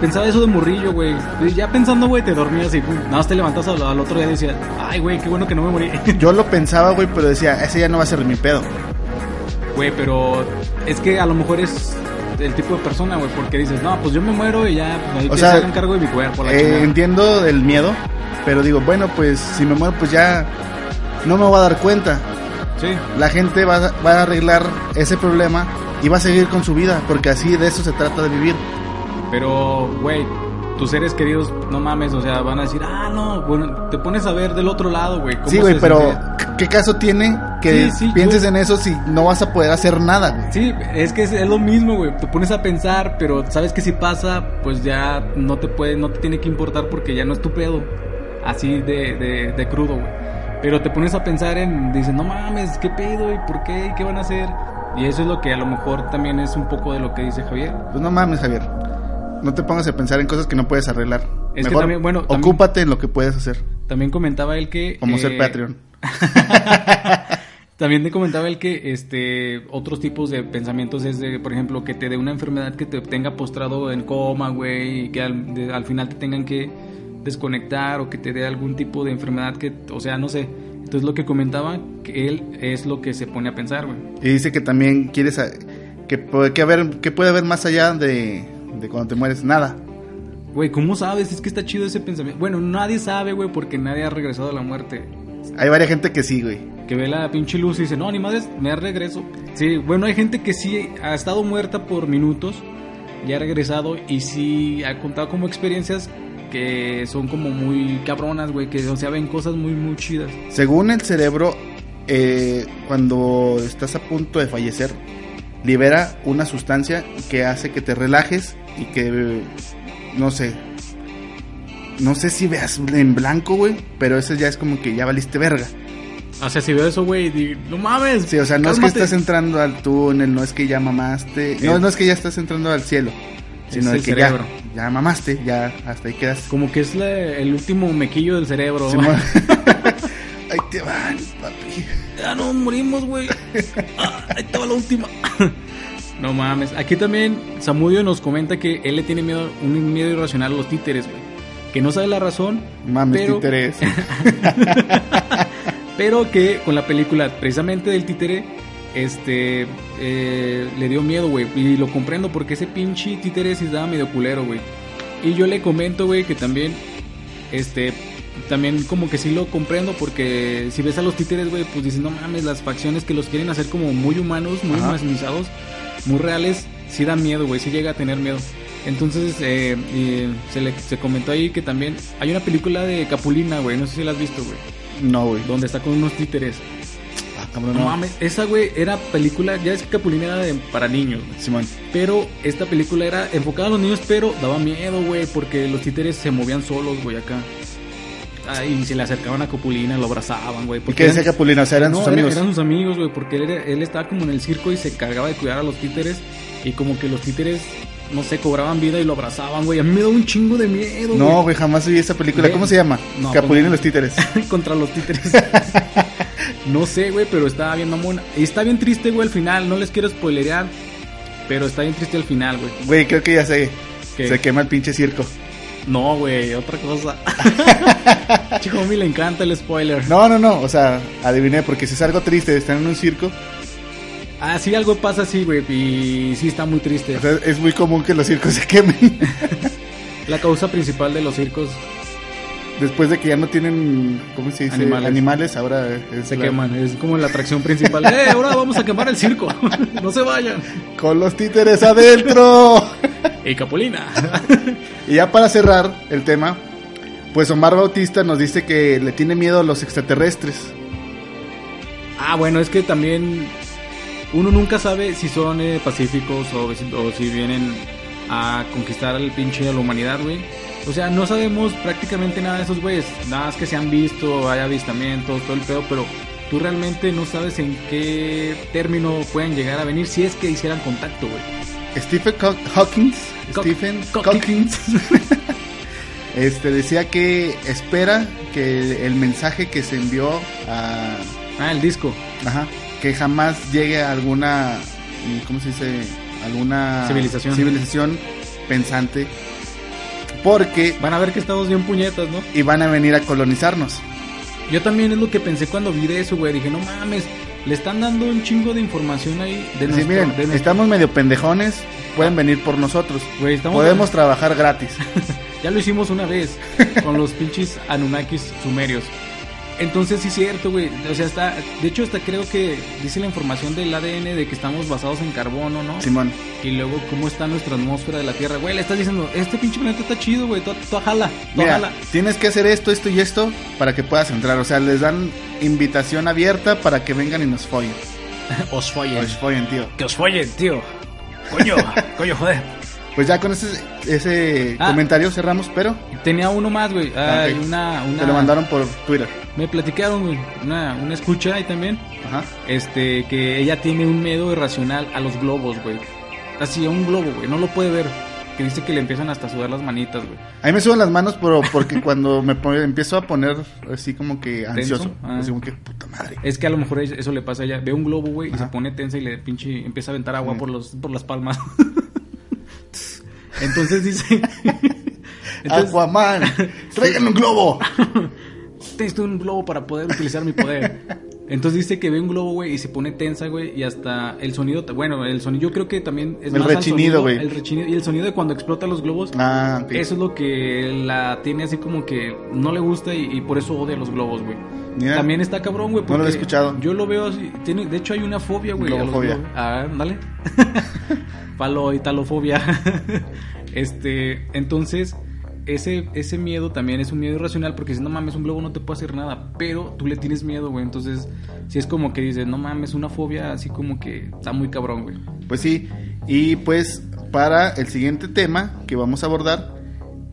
Pensaba eso de morrillo, güey. Y Ya pensando, güey, te dormías y pum, nada más te levantas al, al otro día y decías, ay, güey, qué bueno que no me morí. Yo lo pensaba, güey, pero decía, ese ya no va a ser mi pedo. Güey, pero es que a lo mejor es el tipo de persona, güey, porque dices, no, pues yo me muero y ya, pues ahí O que sea, se hagan cargo de mi cuerpo, la Eh, chingada. entiendo el miedo, pero digo, bueno, pues si me muero, pues ya no me voy a dar cuenta. Sí, La gente va, a- va a arreglar ese problema y va a seguir con su vida, porque así de eso se trata de vivir. pero, güey, tus seres queridos, no mames, o sea, van a decir, ah, no, bueno, te pones a ver del otro lado, güey. cómo Sí, güey, se pero siente". ¿qué caso tiene que Sí, sí, pienses yo- en eso si no vas a poder hacer nada, güey? Sí, es que es, es lo mismo, güey. Te pones a pensar, pero sabes que si pasa, pues ya no te puede, no te tiene que importar porque ya no es tu pedo. Así de, de, de crudo, güey. Pero te pones a pensar en, dices, no mames, ¿qué pedo? ¿Y por qué? ¿Y qué van a hacer? Y eso es lo que a lo mejor también es un poco de lo que dice Javier. Pues no mames, Javier. No te pongas a pensar en cosas que no puedes arreglar. Es que también, bueno, también- ocúpate en lo que puedes hacer, También comentaba él que... como ser eh, Patreon. También te comentaba el que este otros tipos de pensamientos es de, por ejemplo, que te dé una enfermedad que te tenga postrado en coma, güey, y que al, de- al final te tengan que desconectar o que te dé algún tipo de enfermedad que, o sea, no sé. Entonces lo que comentaba que él es lo que se pone a pensar, güey. Y dice que también quieres a- que, pu- que haber, que puede haber más allá de, de cuando te mueres. Nada. Güey, ¿cómo sabes? Es que está chido ese pensamiento. Bueno, nadie sabe, güey, porque nadie ha regresado a la muerte. Hay varias gente que sí, güey. Que ve la pinche luz y dice, no, ni madres, me regreso. Sí, bueno, hay gente que sí ha estado muerta por minutos, ya ha regresado y sí ha contado como experiencias que son como muy cabronas, güey, que o sea, ven cosas muy, muy chidas. Según el cerebro, eh, cuando estás a punto de fallecer, libera una sustancia que hace que te relajes y que, eh, no sé, no sé si veas en blanco, güey, pero eso ya es como que ya valiste verga. O sea, si veo eso, güey, digo, no mames. Sí, o sea, no es que cálmate". estás entrando al túnel, no es que ya mamaste, no, Es- no es que ya estás entrando al cielo, sino Es de el que cerebro. ya, ya mamaste, ya hasta ahí quedas. Como que es la- el último mequillo del cerebro. Simón. ahí te van, papi. Ya nos morimos, güey. Ah, ahí estaba la última. No mames. Aquí también Samudio nos comenta que él le tiene miedo, un miedo irracional a los títeres, güey. Que no sabe la razón. Mames, pero, títeres. Pero que con la película precisamente del títere, este, eh, le dio miedo, güey. Y lo comprendo porque ese pinche títere sí estaba medio culero, güey. Y yo le comento, güey, que también, este, también como que sí lo comprendo porque si ves a los títeres, güey, pues dices, no mames, las facciones que los quieren hacer como muy humanos, muy Ajá. humanizados, muy reales, sí da miedo, güey, sí llega a tener miedo. Entonces, eh, y se, le, se comentó ahí que también hay una película de Capulina, güey, no sé si la has visto, güey, No, güey. donde está con unos títeres. Ah, cabrón, No no. mames, esa, güey, era película, ya es que Capulina era de- para niños, güey. Simón. Pero esta película era enfocada a los niños, pero daba miedo, güey, porque los títeres se movían solos, güey, acá. Ah, y se le acercaban a Capulina, lo abrazaban, güey. ¿Y qué decía Capulina? O sea, eran no, sus era- amigos. eran sus amigos, güey, porque él, era- él estaba como en el circo y se cargaba de cuidar a los títeres. Y como que los títeres no sé, cobraban vida y lo abrazaban, güey. A mí me da un chingo de miedo. No, güey, jamás vi esa película. Ve- ¿Cómo se llama? No, Capulín pues- y los títeres. contra los títeres. no sé, güey, pero está bien mamona. Y está bien triste, güey, al final. No les quiero spoilerear, pero está bien triste al final, güey. Güey, creo que ya sé. ¿Qué? Se quema el pinche circo. No, güey, otra cosa. Chico, a mí le encanta el spoiler. No, no, no. O sea, adiviné, porque si es algo triste, están en un circo. Ah, sí, algo pasa así, güey, y sí está muy triste. O sea, es muy común que los circos se quemen La causa principal de los circos después de que ya no tienen, ¿cómo se dice? Animales. Animales. ahora es se la- queman, es como la atracción principal. ¡Eh, ahora vamos a quemar el circo! ¡No se vayan! Con los títeres adentro. ¡Ey, Capulina! y ya para cerrar el tema, pues Omar Bautista nos dice que le tiene miedo a los extraterrestres. ah, bueno, es que también uno nunca sabe si son eh, pacíficos o, si- o si vienen a conquistar al pinche a la humanidad, güey. O sea, no sabemos prácticamente nada de esos güeyes. Nada más que se han visto, hay avistamientos, todo el pedo, pero tú realmente no sabes en qué término pueden llegar a venir si es que hicieran contacto, güey. Stephen Haw- Hawkins, Cock- Stephen Cockings. este decía que espera que el, el mensaje que se envió a, Ah, el disco. ajá, que jamás llegue a alguna, mm, ¿cómo se dice? Alguna Civilización. civilización pensante, porque Van a ver que estamos bien puñetas, ¿no? y van a venir a colonizarnos. Yo también es lo que pensé cuando vi de eso, güey. Dije, no mames, le están dando un chingo de información ahí de Así, nuestro- miren, de nuestro- estamos medio pendejones, pueden venir por nosotros. Güey, estamos- Podemos trabajar gratis. Ya lo hicimos una vez con los pinches Anunnakis sumerios. Entonces sí es cierto, güey. O sea, está... De hecho, hasta creo que dice la información del ADN de que estamos basados en carbono, ¿no? Simón, Y luego, ¿cómo está nuestra atmósfera de la Tierra? Güey, le estás diciendo, este pinche planeta está chido, güey. Tú tú jala, tú mira, jala. tienes que hacer esto, esto y esto para que puedas entrar. O sea, les dan invitación abierta para que vengan y nos follen. Os follen. Pues follen, tío. Que os follen, tío. Coño, coño, joder. Pues ya con ese, ese Ah. comentario cerramos, pero Tenía uno más, güey. Ah, Ok. y una, una... te lo mandaron por Twitter. Me platicaron güey, una, una escucha ahí también. Ajá. Este, que ella tiene un miedo irracional a los globos, güey. Así, a un globo, güey. No lo puede ver. Que dice que le empiezan hasta a sudar las manitas, güey. A mí me suben las manos pero porque cuando me pon- empiezo a poner así como que ansioso, Ah. así como que puta madre. Es que a lo mejor es- eso le pasa a ella. Ve un globo, güey, y se Ajá. pone tensa y le pinche empieza a aventar agua por, los, por las palmas. Entonces dice. Entonces, Aquaman, tráiganle un globo. necesito un globo para poder utilizar mi poder. Entonces dice que ve un globo, güey, y se pone tensa, güey, y hasta el sonido, bueno, el sonido yo creo que también es El más al sonido, rechinido, güey. El rechinido y el sonido de cuando explota los globos. Ah, ok. Eso es lo que la tiene así como que no le gusta y, y por eso odia los globos, güey. Mira. También está cabrón, güey. No lo he porque escuchado. Yo lo veo así. Tiene, de hecho, hay una fobia, güey. a los Globofobia. globos. Ah, dale. Palo y talofobia. este, entonces, ese, ese miedo también es un miedo irracional porque dices, no mames, un globo no te puede hacer nada, pero tú le tienes miedo, güey. Entonces, si es como que dices, no mames, una fobia así como que está muy cabrón, güey. Pues sí, y pues para el siguiente tema que vamos a abordar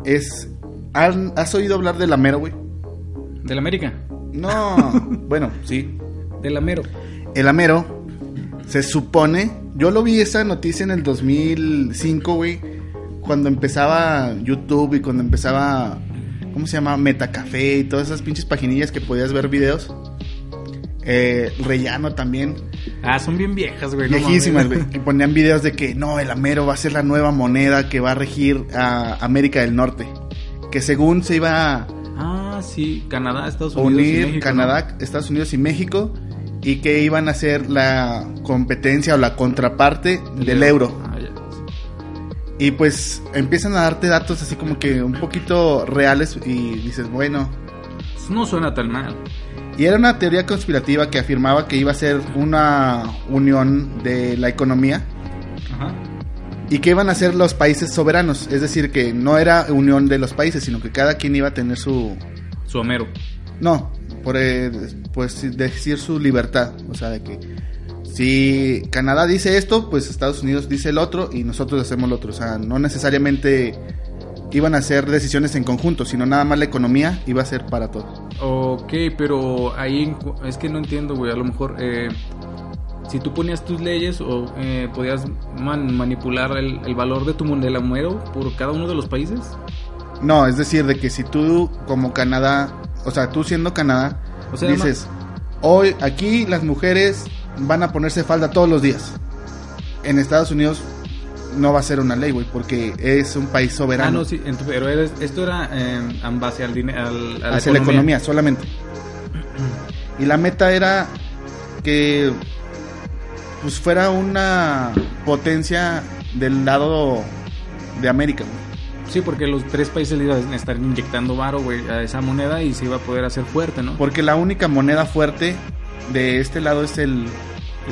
es... ¿han- ¿Has oído hablar de la mera, güey? Del América. No, bueno, sí. Del Amero. El amero se supone... Yo lo vi esa noticia en el 2005, güey, cuando empezaba YouTube y cuando empezaba... ¿Cómo se llama? Metacafé y todas esas pinches paginillas que podías ver videos. Eh, Rellano también. Ah, son bien viejas, güey. no mames. Viejísimas, güey. Y ponían videos de que no, el Amero va a ser la nueva moneda que va a regir a América del Norte. Que según se iba a Ah, sí, Canadá, Estados Unidos. y unir México, Canadá, Estados Unidos y México. Y que iban a ser la competencia o la contraparte ¿no? del euro. Ah, ya. Y pues empiezan a darte datos así como que un poquito reales. Y dices, bueno. No suena tan mal. Y era una teoría conspirativa que afirmaba que iba a ser una unión de la economía. Ajá. ¿Y qué iban a hacer los países soberanos? Es decir, que no era unión de los países, sino que cada quien iba a tener su... Su Homero. No, por eh, pues, decir su libertad. O sea, de que si Canadá dice esto, pues Estados Unidos dice el otro y nosotros hacemos el otro. O sea, no necesariamente iban a hacer decisiones en conjunto, sino nada más la economía iba a ser para todos. Ok, pero ahí en cu- es que no entiendo, güey. A lo mejor eh, si tú ponías tus leyes o eh, podías man- manipular el, el valor de tu moneda moneda por cada uno de los países. No, es decir, de que si tú como Canadá, o sea, tú siendo Canadá, O sea, dices, hoy aquí las mujeres van a ponerse falda todos los días. En Estados Unidos no va a ser una ley, güey, porque es un país Ah, soberano no, sí, ent- pero eres- esto era eh, en base al dinero, al, a hacia la economía solamente. Y la meta era que pues fuera una potencia del lado de América, güey. Sí, porque los tres países le iban a estar inyectando varo, güey, a esa moneda y se iba a poder hacer fuerte, ¿no? Porque la única moneda fuerte de este lado es el,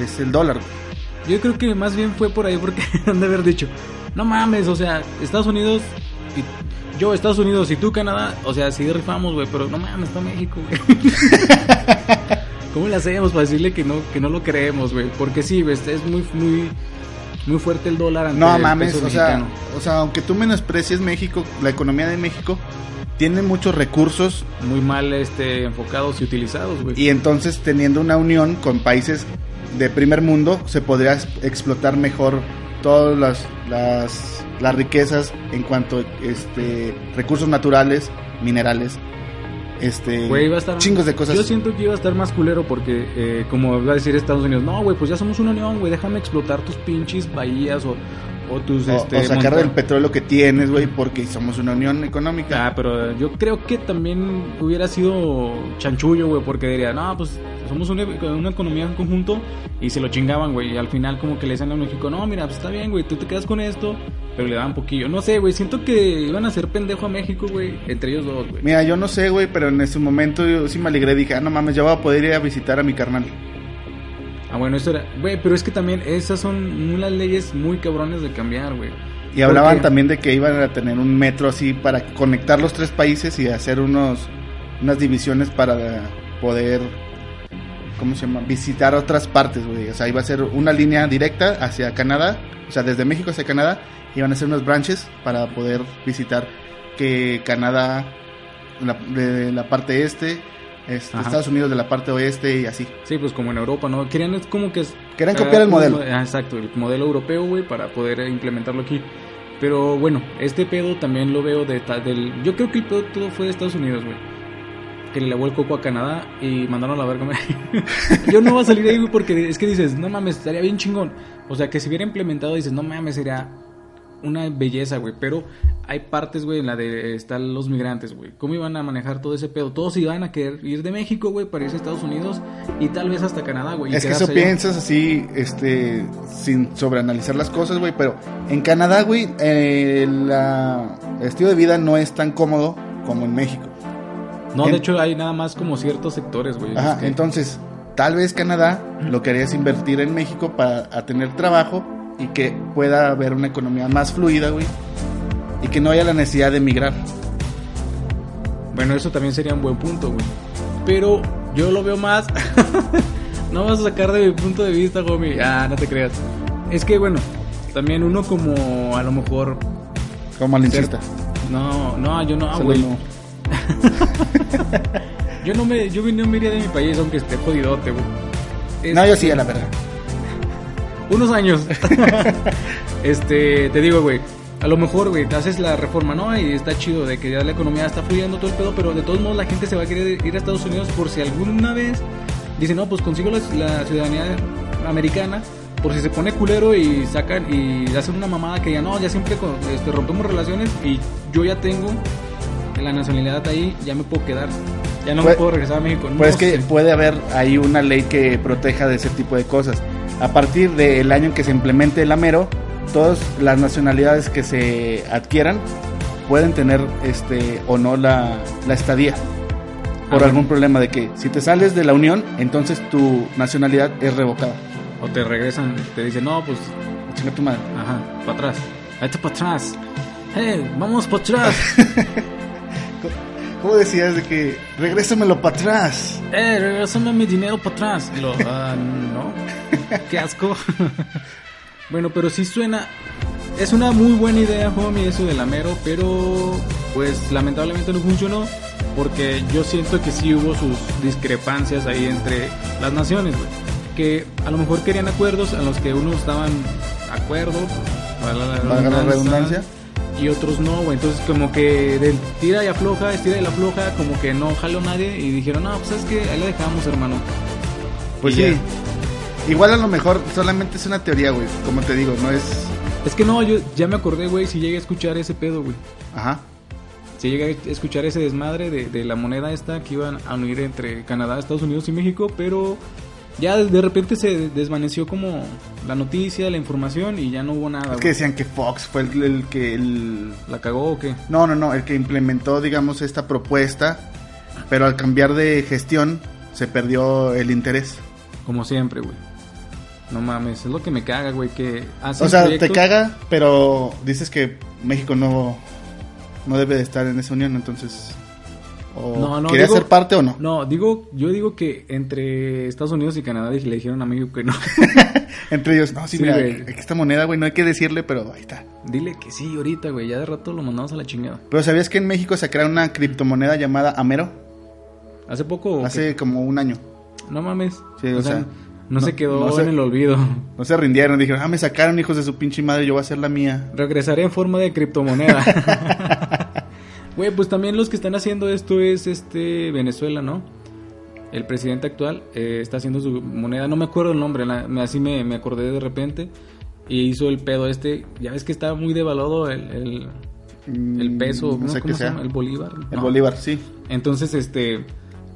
es el dólar. güey. Yo creo que más bien fue por ahí porque han de haber dicho, no mames, o sea, Estados Unidos y yo Estados Unidos y tú Canadá, o sea, sí rifamos, güey, pero no mames, está México, güey. ¿Cómo le hacemos para decirle que no que no lo creemos, güey? Porque sí, güey, es muy muy muy fuerte el dólar ante No el mames, peso o sea, mexicano. o sea, aunque tú menosprecies México, la economía de México tiene muchos recursos muy mal este enfocados y utilizados, güey. y entonces teniendo una unión con países de primer mundo se podría es- explotar mejor todas las, las, las riquezas en cuanto a este, recursos naturales, minerales, este, Güey, iba a estar. chingos de cosas. Yo siento que iba a estar más culero porque, eh, como va a decir Estados Unidos, no, güey, pues ya somos una unión, güey, déjame explotar tus pinches bahías o, o tus. O- este, o sacar monta- del petróleo que tienes, güey, porque somos una unión económica. Ah, pero eh, yo creo que también hubiera sido chanchullo, güey, porque diría, no, pues somos una, una economía en conjunto y se lo chingaban, güey. Y al final, como que le decían a México, no, mira, pues está bien, güey, tú te quedas con esto, pero le daban poquillo. No sé, güey, siento que iban a hacer pendejo a México, güey, entre ellos dos, güey. Mira, yo no sé, güey, pero en ese momento yo sí me alegré. Dije, ah, no mames, ya voy a poder ir a visitar a mi carnal. Ah, bueno, eso era. Güey, pero es que también esas son unas leyes muy cabrones de cambiar, güey. Y hablaban Porque- también de que iban a tener un metro así para conectar los tres países y hacer unos unas divisiones para poder, ¿cómo se llama? Visitar otras partes, güey. O sea, iba a ser una línea directa hacia Canadá, o sea, desde México hacia Canadá. Iban a hacer unos branches para poder visitar que Canadá la- de la parte este, este, Ajá. Estados Unidos de la parte oeste y así. Sí, pues como en Europa, ¿no? Querían es como que... es- Querían ah, copiar el como- modelo. ah, exacto, el modelo europeo, güey, para poder eh, implementarlo aquí. Pero bueno, este pedo también lo veo de ta- del... Yo creo que el pedo todo fue de Estados Unidos, güey. Que le lavó el coco a Canadá y mandaron a la verga. Yo no voy a salir de ahí, güey, porque es que dices, no mames, estaría bien chingón. O sea, que si hubiera implementado, dices, no mames, sería una belleza, güey. Pero hay partes, güey, en la de están los migrantes, güey. ¿Cómo iban a manejar todo ese pedo? Todos iban a querer ir de México, güey, para irse a Estados Unidos y tal vez hasta Canadá, güey. y Es que quedarse eso allá. piensas así, este, sin sobreanalizar las cosas, güey, pero en Canadá, güey, eh, la- el estilo de vida no es tan cómodo como en México. No, en- de hecho hay nada más como ciertos sectores, güey. Ajá, los que- entonces, tal vez Canadá lo que haría es invertir en México para a tener trabajo y que pueda haber una economía más fluida, güey, y que no haya la necesidad de emigrar. Bueno, eso también sería un buen punto, güey. Pero yo lo veo más. no vas a sacar de mi punto de vista, homie. Ah, no te creas. Es que, bueno, también uno como a lo mejor. Como alincista. No, no, yo no, Solo Ah, güey. no. Yo no me, yo no me iría de mi país, aunque esté jodidote, güey. Es- No, yo sí, a la verdad. unos años. este, te digo, güey. A lo mejor, güey, te haces la reforma, ¿no? Y está chido de que ya la economía está fluyendo todo el pedo, pero de todos modos la gente se va a querer ir a Estados Unidos por si alguna vez dice, no, pues consigo la, la ciudadanía americana, por si se pone culero y sacan y hacen una mamada que ya no, ya siempre con- este, rompemos relaciones y yo ya tengo la nacionalidad ahí, ya me puedo quedar. Ya no Pues- me puedo regresar a México. No Pues es que sé. puede haber ahí una ley que proteja de ese tipo de cosas. A partir del año en que se implemente el AMERO, todas las nacionalidades que se adquieran pueden tener este o no la, la estadía por Ah, algún problema de que si te sales de la Unión, entonces tu nacionalidad es revocada. O te regresan, te dicen, no, pues Chinga tu madre. Ajá, para atrás. Vete para atrás. Hey, vamos para atrás. ¿Cómo decías de que regrésamelo para atrás? eh, regresame mi dinero para atrás. Y lo, ah, no. Qué asco. bueno, pero sí suena. Es una muy buena idea, homie, eso del Amero, pero pues lamentablemente no funcionó porque yo siento que sí hubo sus discrepancias ahí entre las naciones, güey. que a lo mejor querían acuerdos en los que unos estaban de acuerdo, valga la Valga la redundancia. y otros no, güey. Entonces, como que del tira y afloja, estira y la afloja, como que no jaló nadie y dijeron, no, pues es que ahí la dejamos, hermano. Pues Y sí. ya. Igual a lo mejor solamente es una teoría, güey. Como te digo, no es. Es que no, yo ya me acordé, güey, si llegué a escuchar ese pedo, güey. Ajá. Si llegué a escuchar ese desmadre de, de la moneda esta que iban a unir entre Canadá, Estados Unidos y México, pero ya de repente se desvaneció como la noticia, la información y ya no hubo nada. Es que güey. decían que Fox fue el, el que. El... ¿La cagó o qué? No, no, no. El que implementó, digamos, esta propuesta. Pero al cambiar de gestión, se perdió el interés. Como siempre, güey. No mames, es lo que me caga, güey, que hacen o sea, proyectos- te caga, pero dices que México no. No debe de estar en esa unión, entonces. O No, no, ¿Quería digo- ser parte o no? No, digo, yo digo que entre Estados Unidos y Canadá dij- le dijeron a México que no. Entre ellos, no, sí, Sí, mira, güey. que- que esta moneda, güey, no hay que decirle, pero ahí está. Dile que sí ahorita, güey, ya de rato lo mandamos a la chingada. Pero ¿sabías que en México se crea una criptomoneda llamada Amero? Hace poco o Hace como un año. qué? no mames. Sí, o sea, no, se no- quedó no se- en el olvido. No se rindieron, dijeron, ah, me sacaron hijos de su pinche madre, yo voy a hacer la mía. Regresaré en forma de criptomoneda. Güey, pues también los que están haciendo esto es este Venezuela, ¿no? El presidente actual eh, está haciendo su moneda, no me acuerdo el nombre, la- me- así me, me acordé de repente. Y hizo el pedo este, ya ves que está muy devaluado el, el, el Mm, peso, no ¿cómo- sé cómo qué se sea. llama? El bolívar. El No. Bolívar, sí. Entonces, este,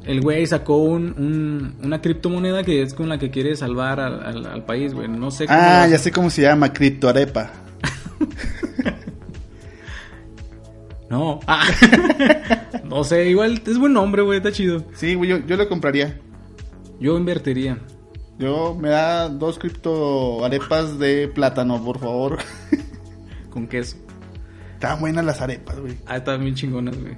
el güey sacó un, un- una criptomoneda que es con la que quiere salvar al, al- al país, güey. No sé cómo lo Ah, hace. ya sé cómo se llama, criptoarepa. No. Ah. no sé, igual es buen nombre, güey, está chido. Sí, güey, yo, yo lo compraría. Yo invertiría. Yo me da dos criptoarepas de plátano, por favor. Con queso. Están buenas las arepas, güey. Ah, están bien chingonas, güey.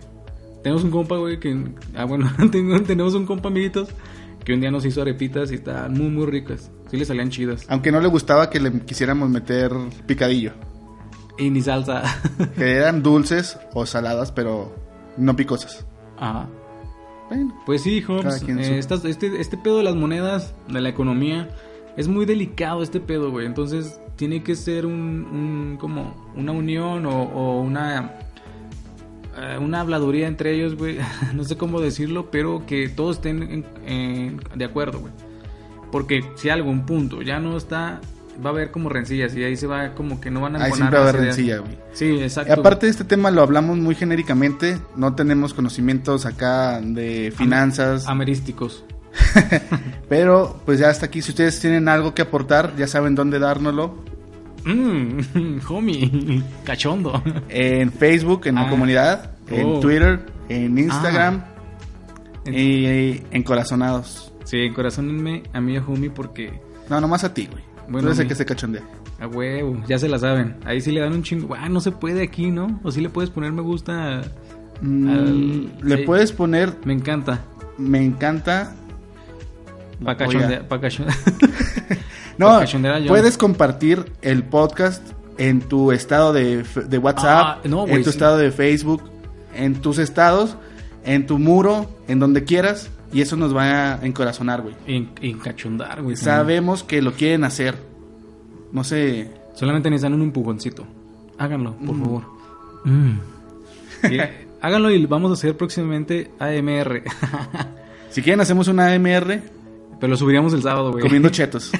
Tenemos un compa, güey, que... Ah, bueno, tengo- tenemos un compa, amiguitos, que un día nos hizo arepitas y estaban muy, muy ricas. Sí le salían chidas. Aunque no le gustaba que le quisiéramos meter picadillo. Y ni salsa. Que eran dulces o saladas, pero no picosas. Ajá. Bueno, Pues sí, Hobbes. Cada quien eh, su- estas- este, este pedo de las monedas, de la economía, es muy delicado este pedo, güey. Entonces tiene que ser un, un- como una unión o, o una eh, una habladuría entre ellos, güey. no sé cómo decirlo, pero que todos estén en- en- de acuerdo, güey. Porque si algún punto ya no está, va a haber como rencillas y ahí se va como que no van a ahí embonar siempre va a las haber ideas. rencilla, güey. Sí, Y exacto. aparte de este tema lo hablamos muy genéricamente, no tenemos conocimientos acá de güey. finanzas, Amerísticos. pero pues ya hasta aquí, si ustedes tienen algo que aportar, ya saben dónde dárnoslo, Mm, homie, cachondo. en Facebook, en la Ah. comunidad, en Oh. Twitter, en Instagram y, y en Corazonados. Sí, encorazónenme a mí y a Homie porque No, nomás a ti, güey. Bueno, Tú eres el a mí. que se cachondea. a huevo, ya se la saben. Ahí sí le dan un chingo. Ah, no se puede aquí, ¿no? O sí le puedes poner me gusta. Mm, Al- Le sí. puedes poner, Me encanta. me encanta. Pa' Oiga. cachondear. pa' cachondear. No, Para cachondear a John. puedes compartir el podcast en tu estado de, fe- de WhatsApp, Ah, no, en güey, tu sí. estado de Facebook, en tus estados, en tu muro, en donde quieras. Y eso nos va a encorazonar, güey. Y, y cachondar, güey. Sabemos que lo quieren hacer. No sé. Solamente necesitan un empujoncito. Háganlo, por favor. Mm. Sí, háganlo y vamos a hacer próximamente AMR. Si quieren, hacemos una AMR Pero lo subiríamos el sábado, güey. comiendo chetos.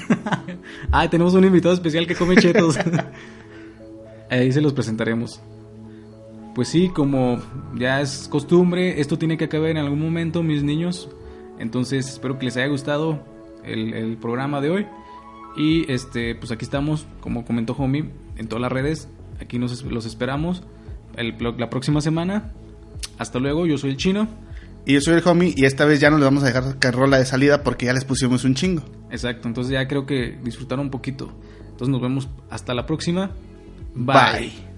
Ah, tenemos un invitado especial que come chetos. Ahí se los presentaremos. Pues sí, como ya es costumbre, esto tiene que acabar en algún momento, mis niños. Entonces, espero que les haya gustado el, el programa de hoy. Y este, pues aquí estamos, como comentó Homie, en todas las redes. Aquí nos es- los esperamos el- la próxima semana. Hasta luego, yo soy el chino. y yo soy el homie. Y esta vez ya no les vamos a dejar carrola de salida porque ya les pusimos un chingo. Exacto, entonces ya creo que disfrutaron un poquito. Entonces nos vemos hasta la próxima. Bye.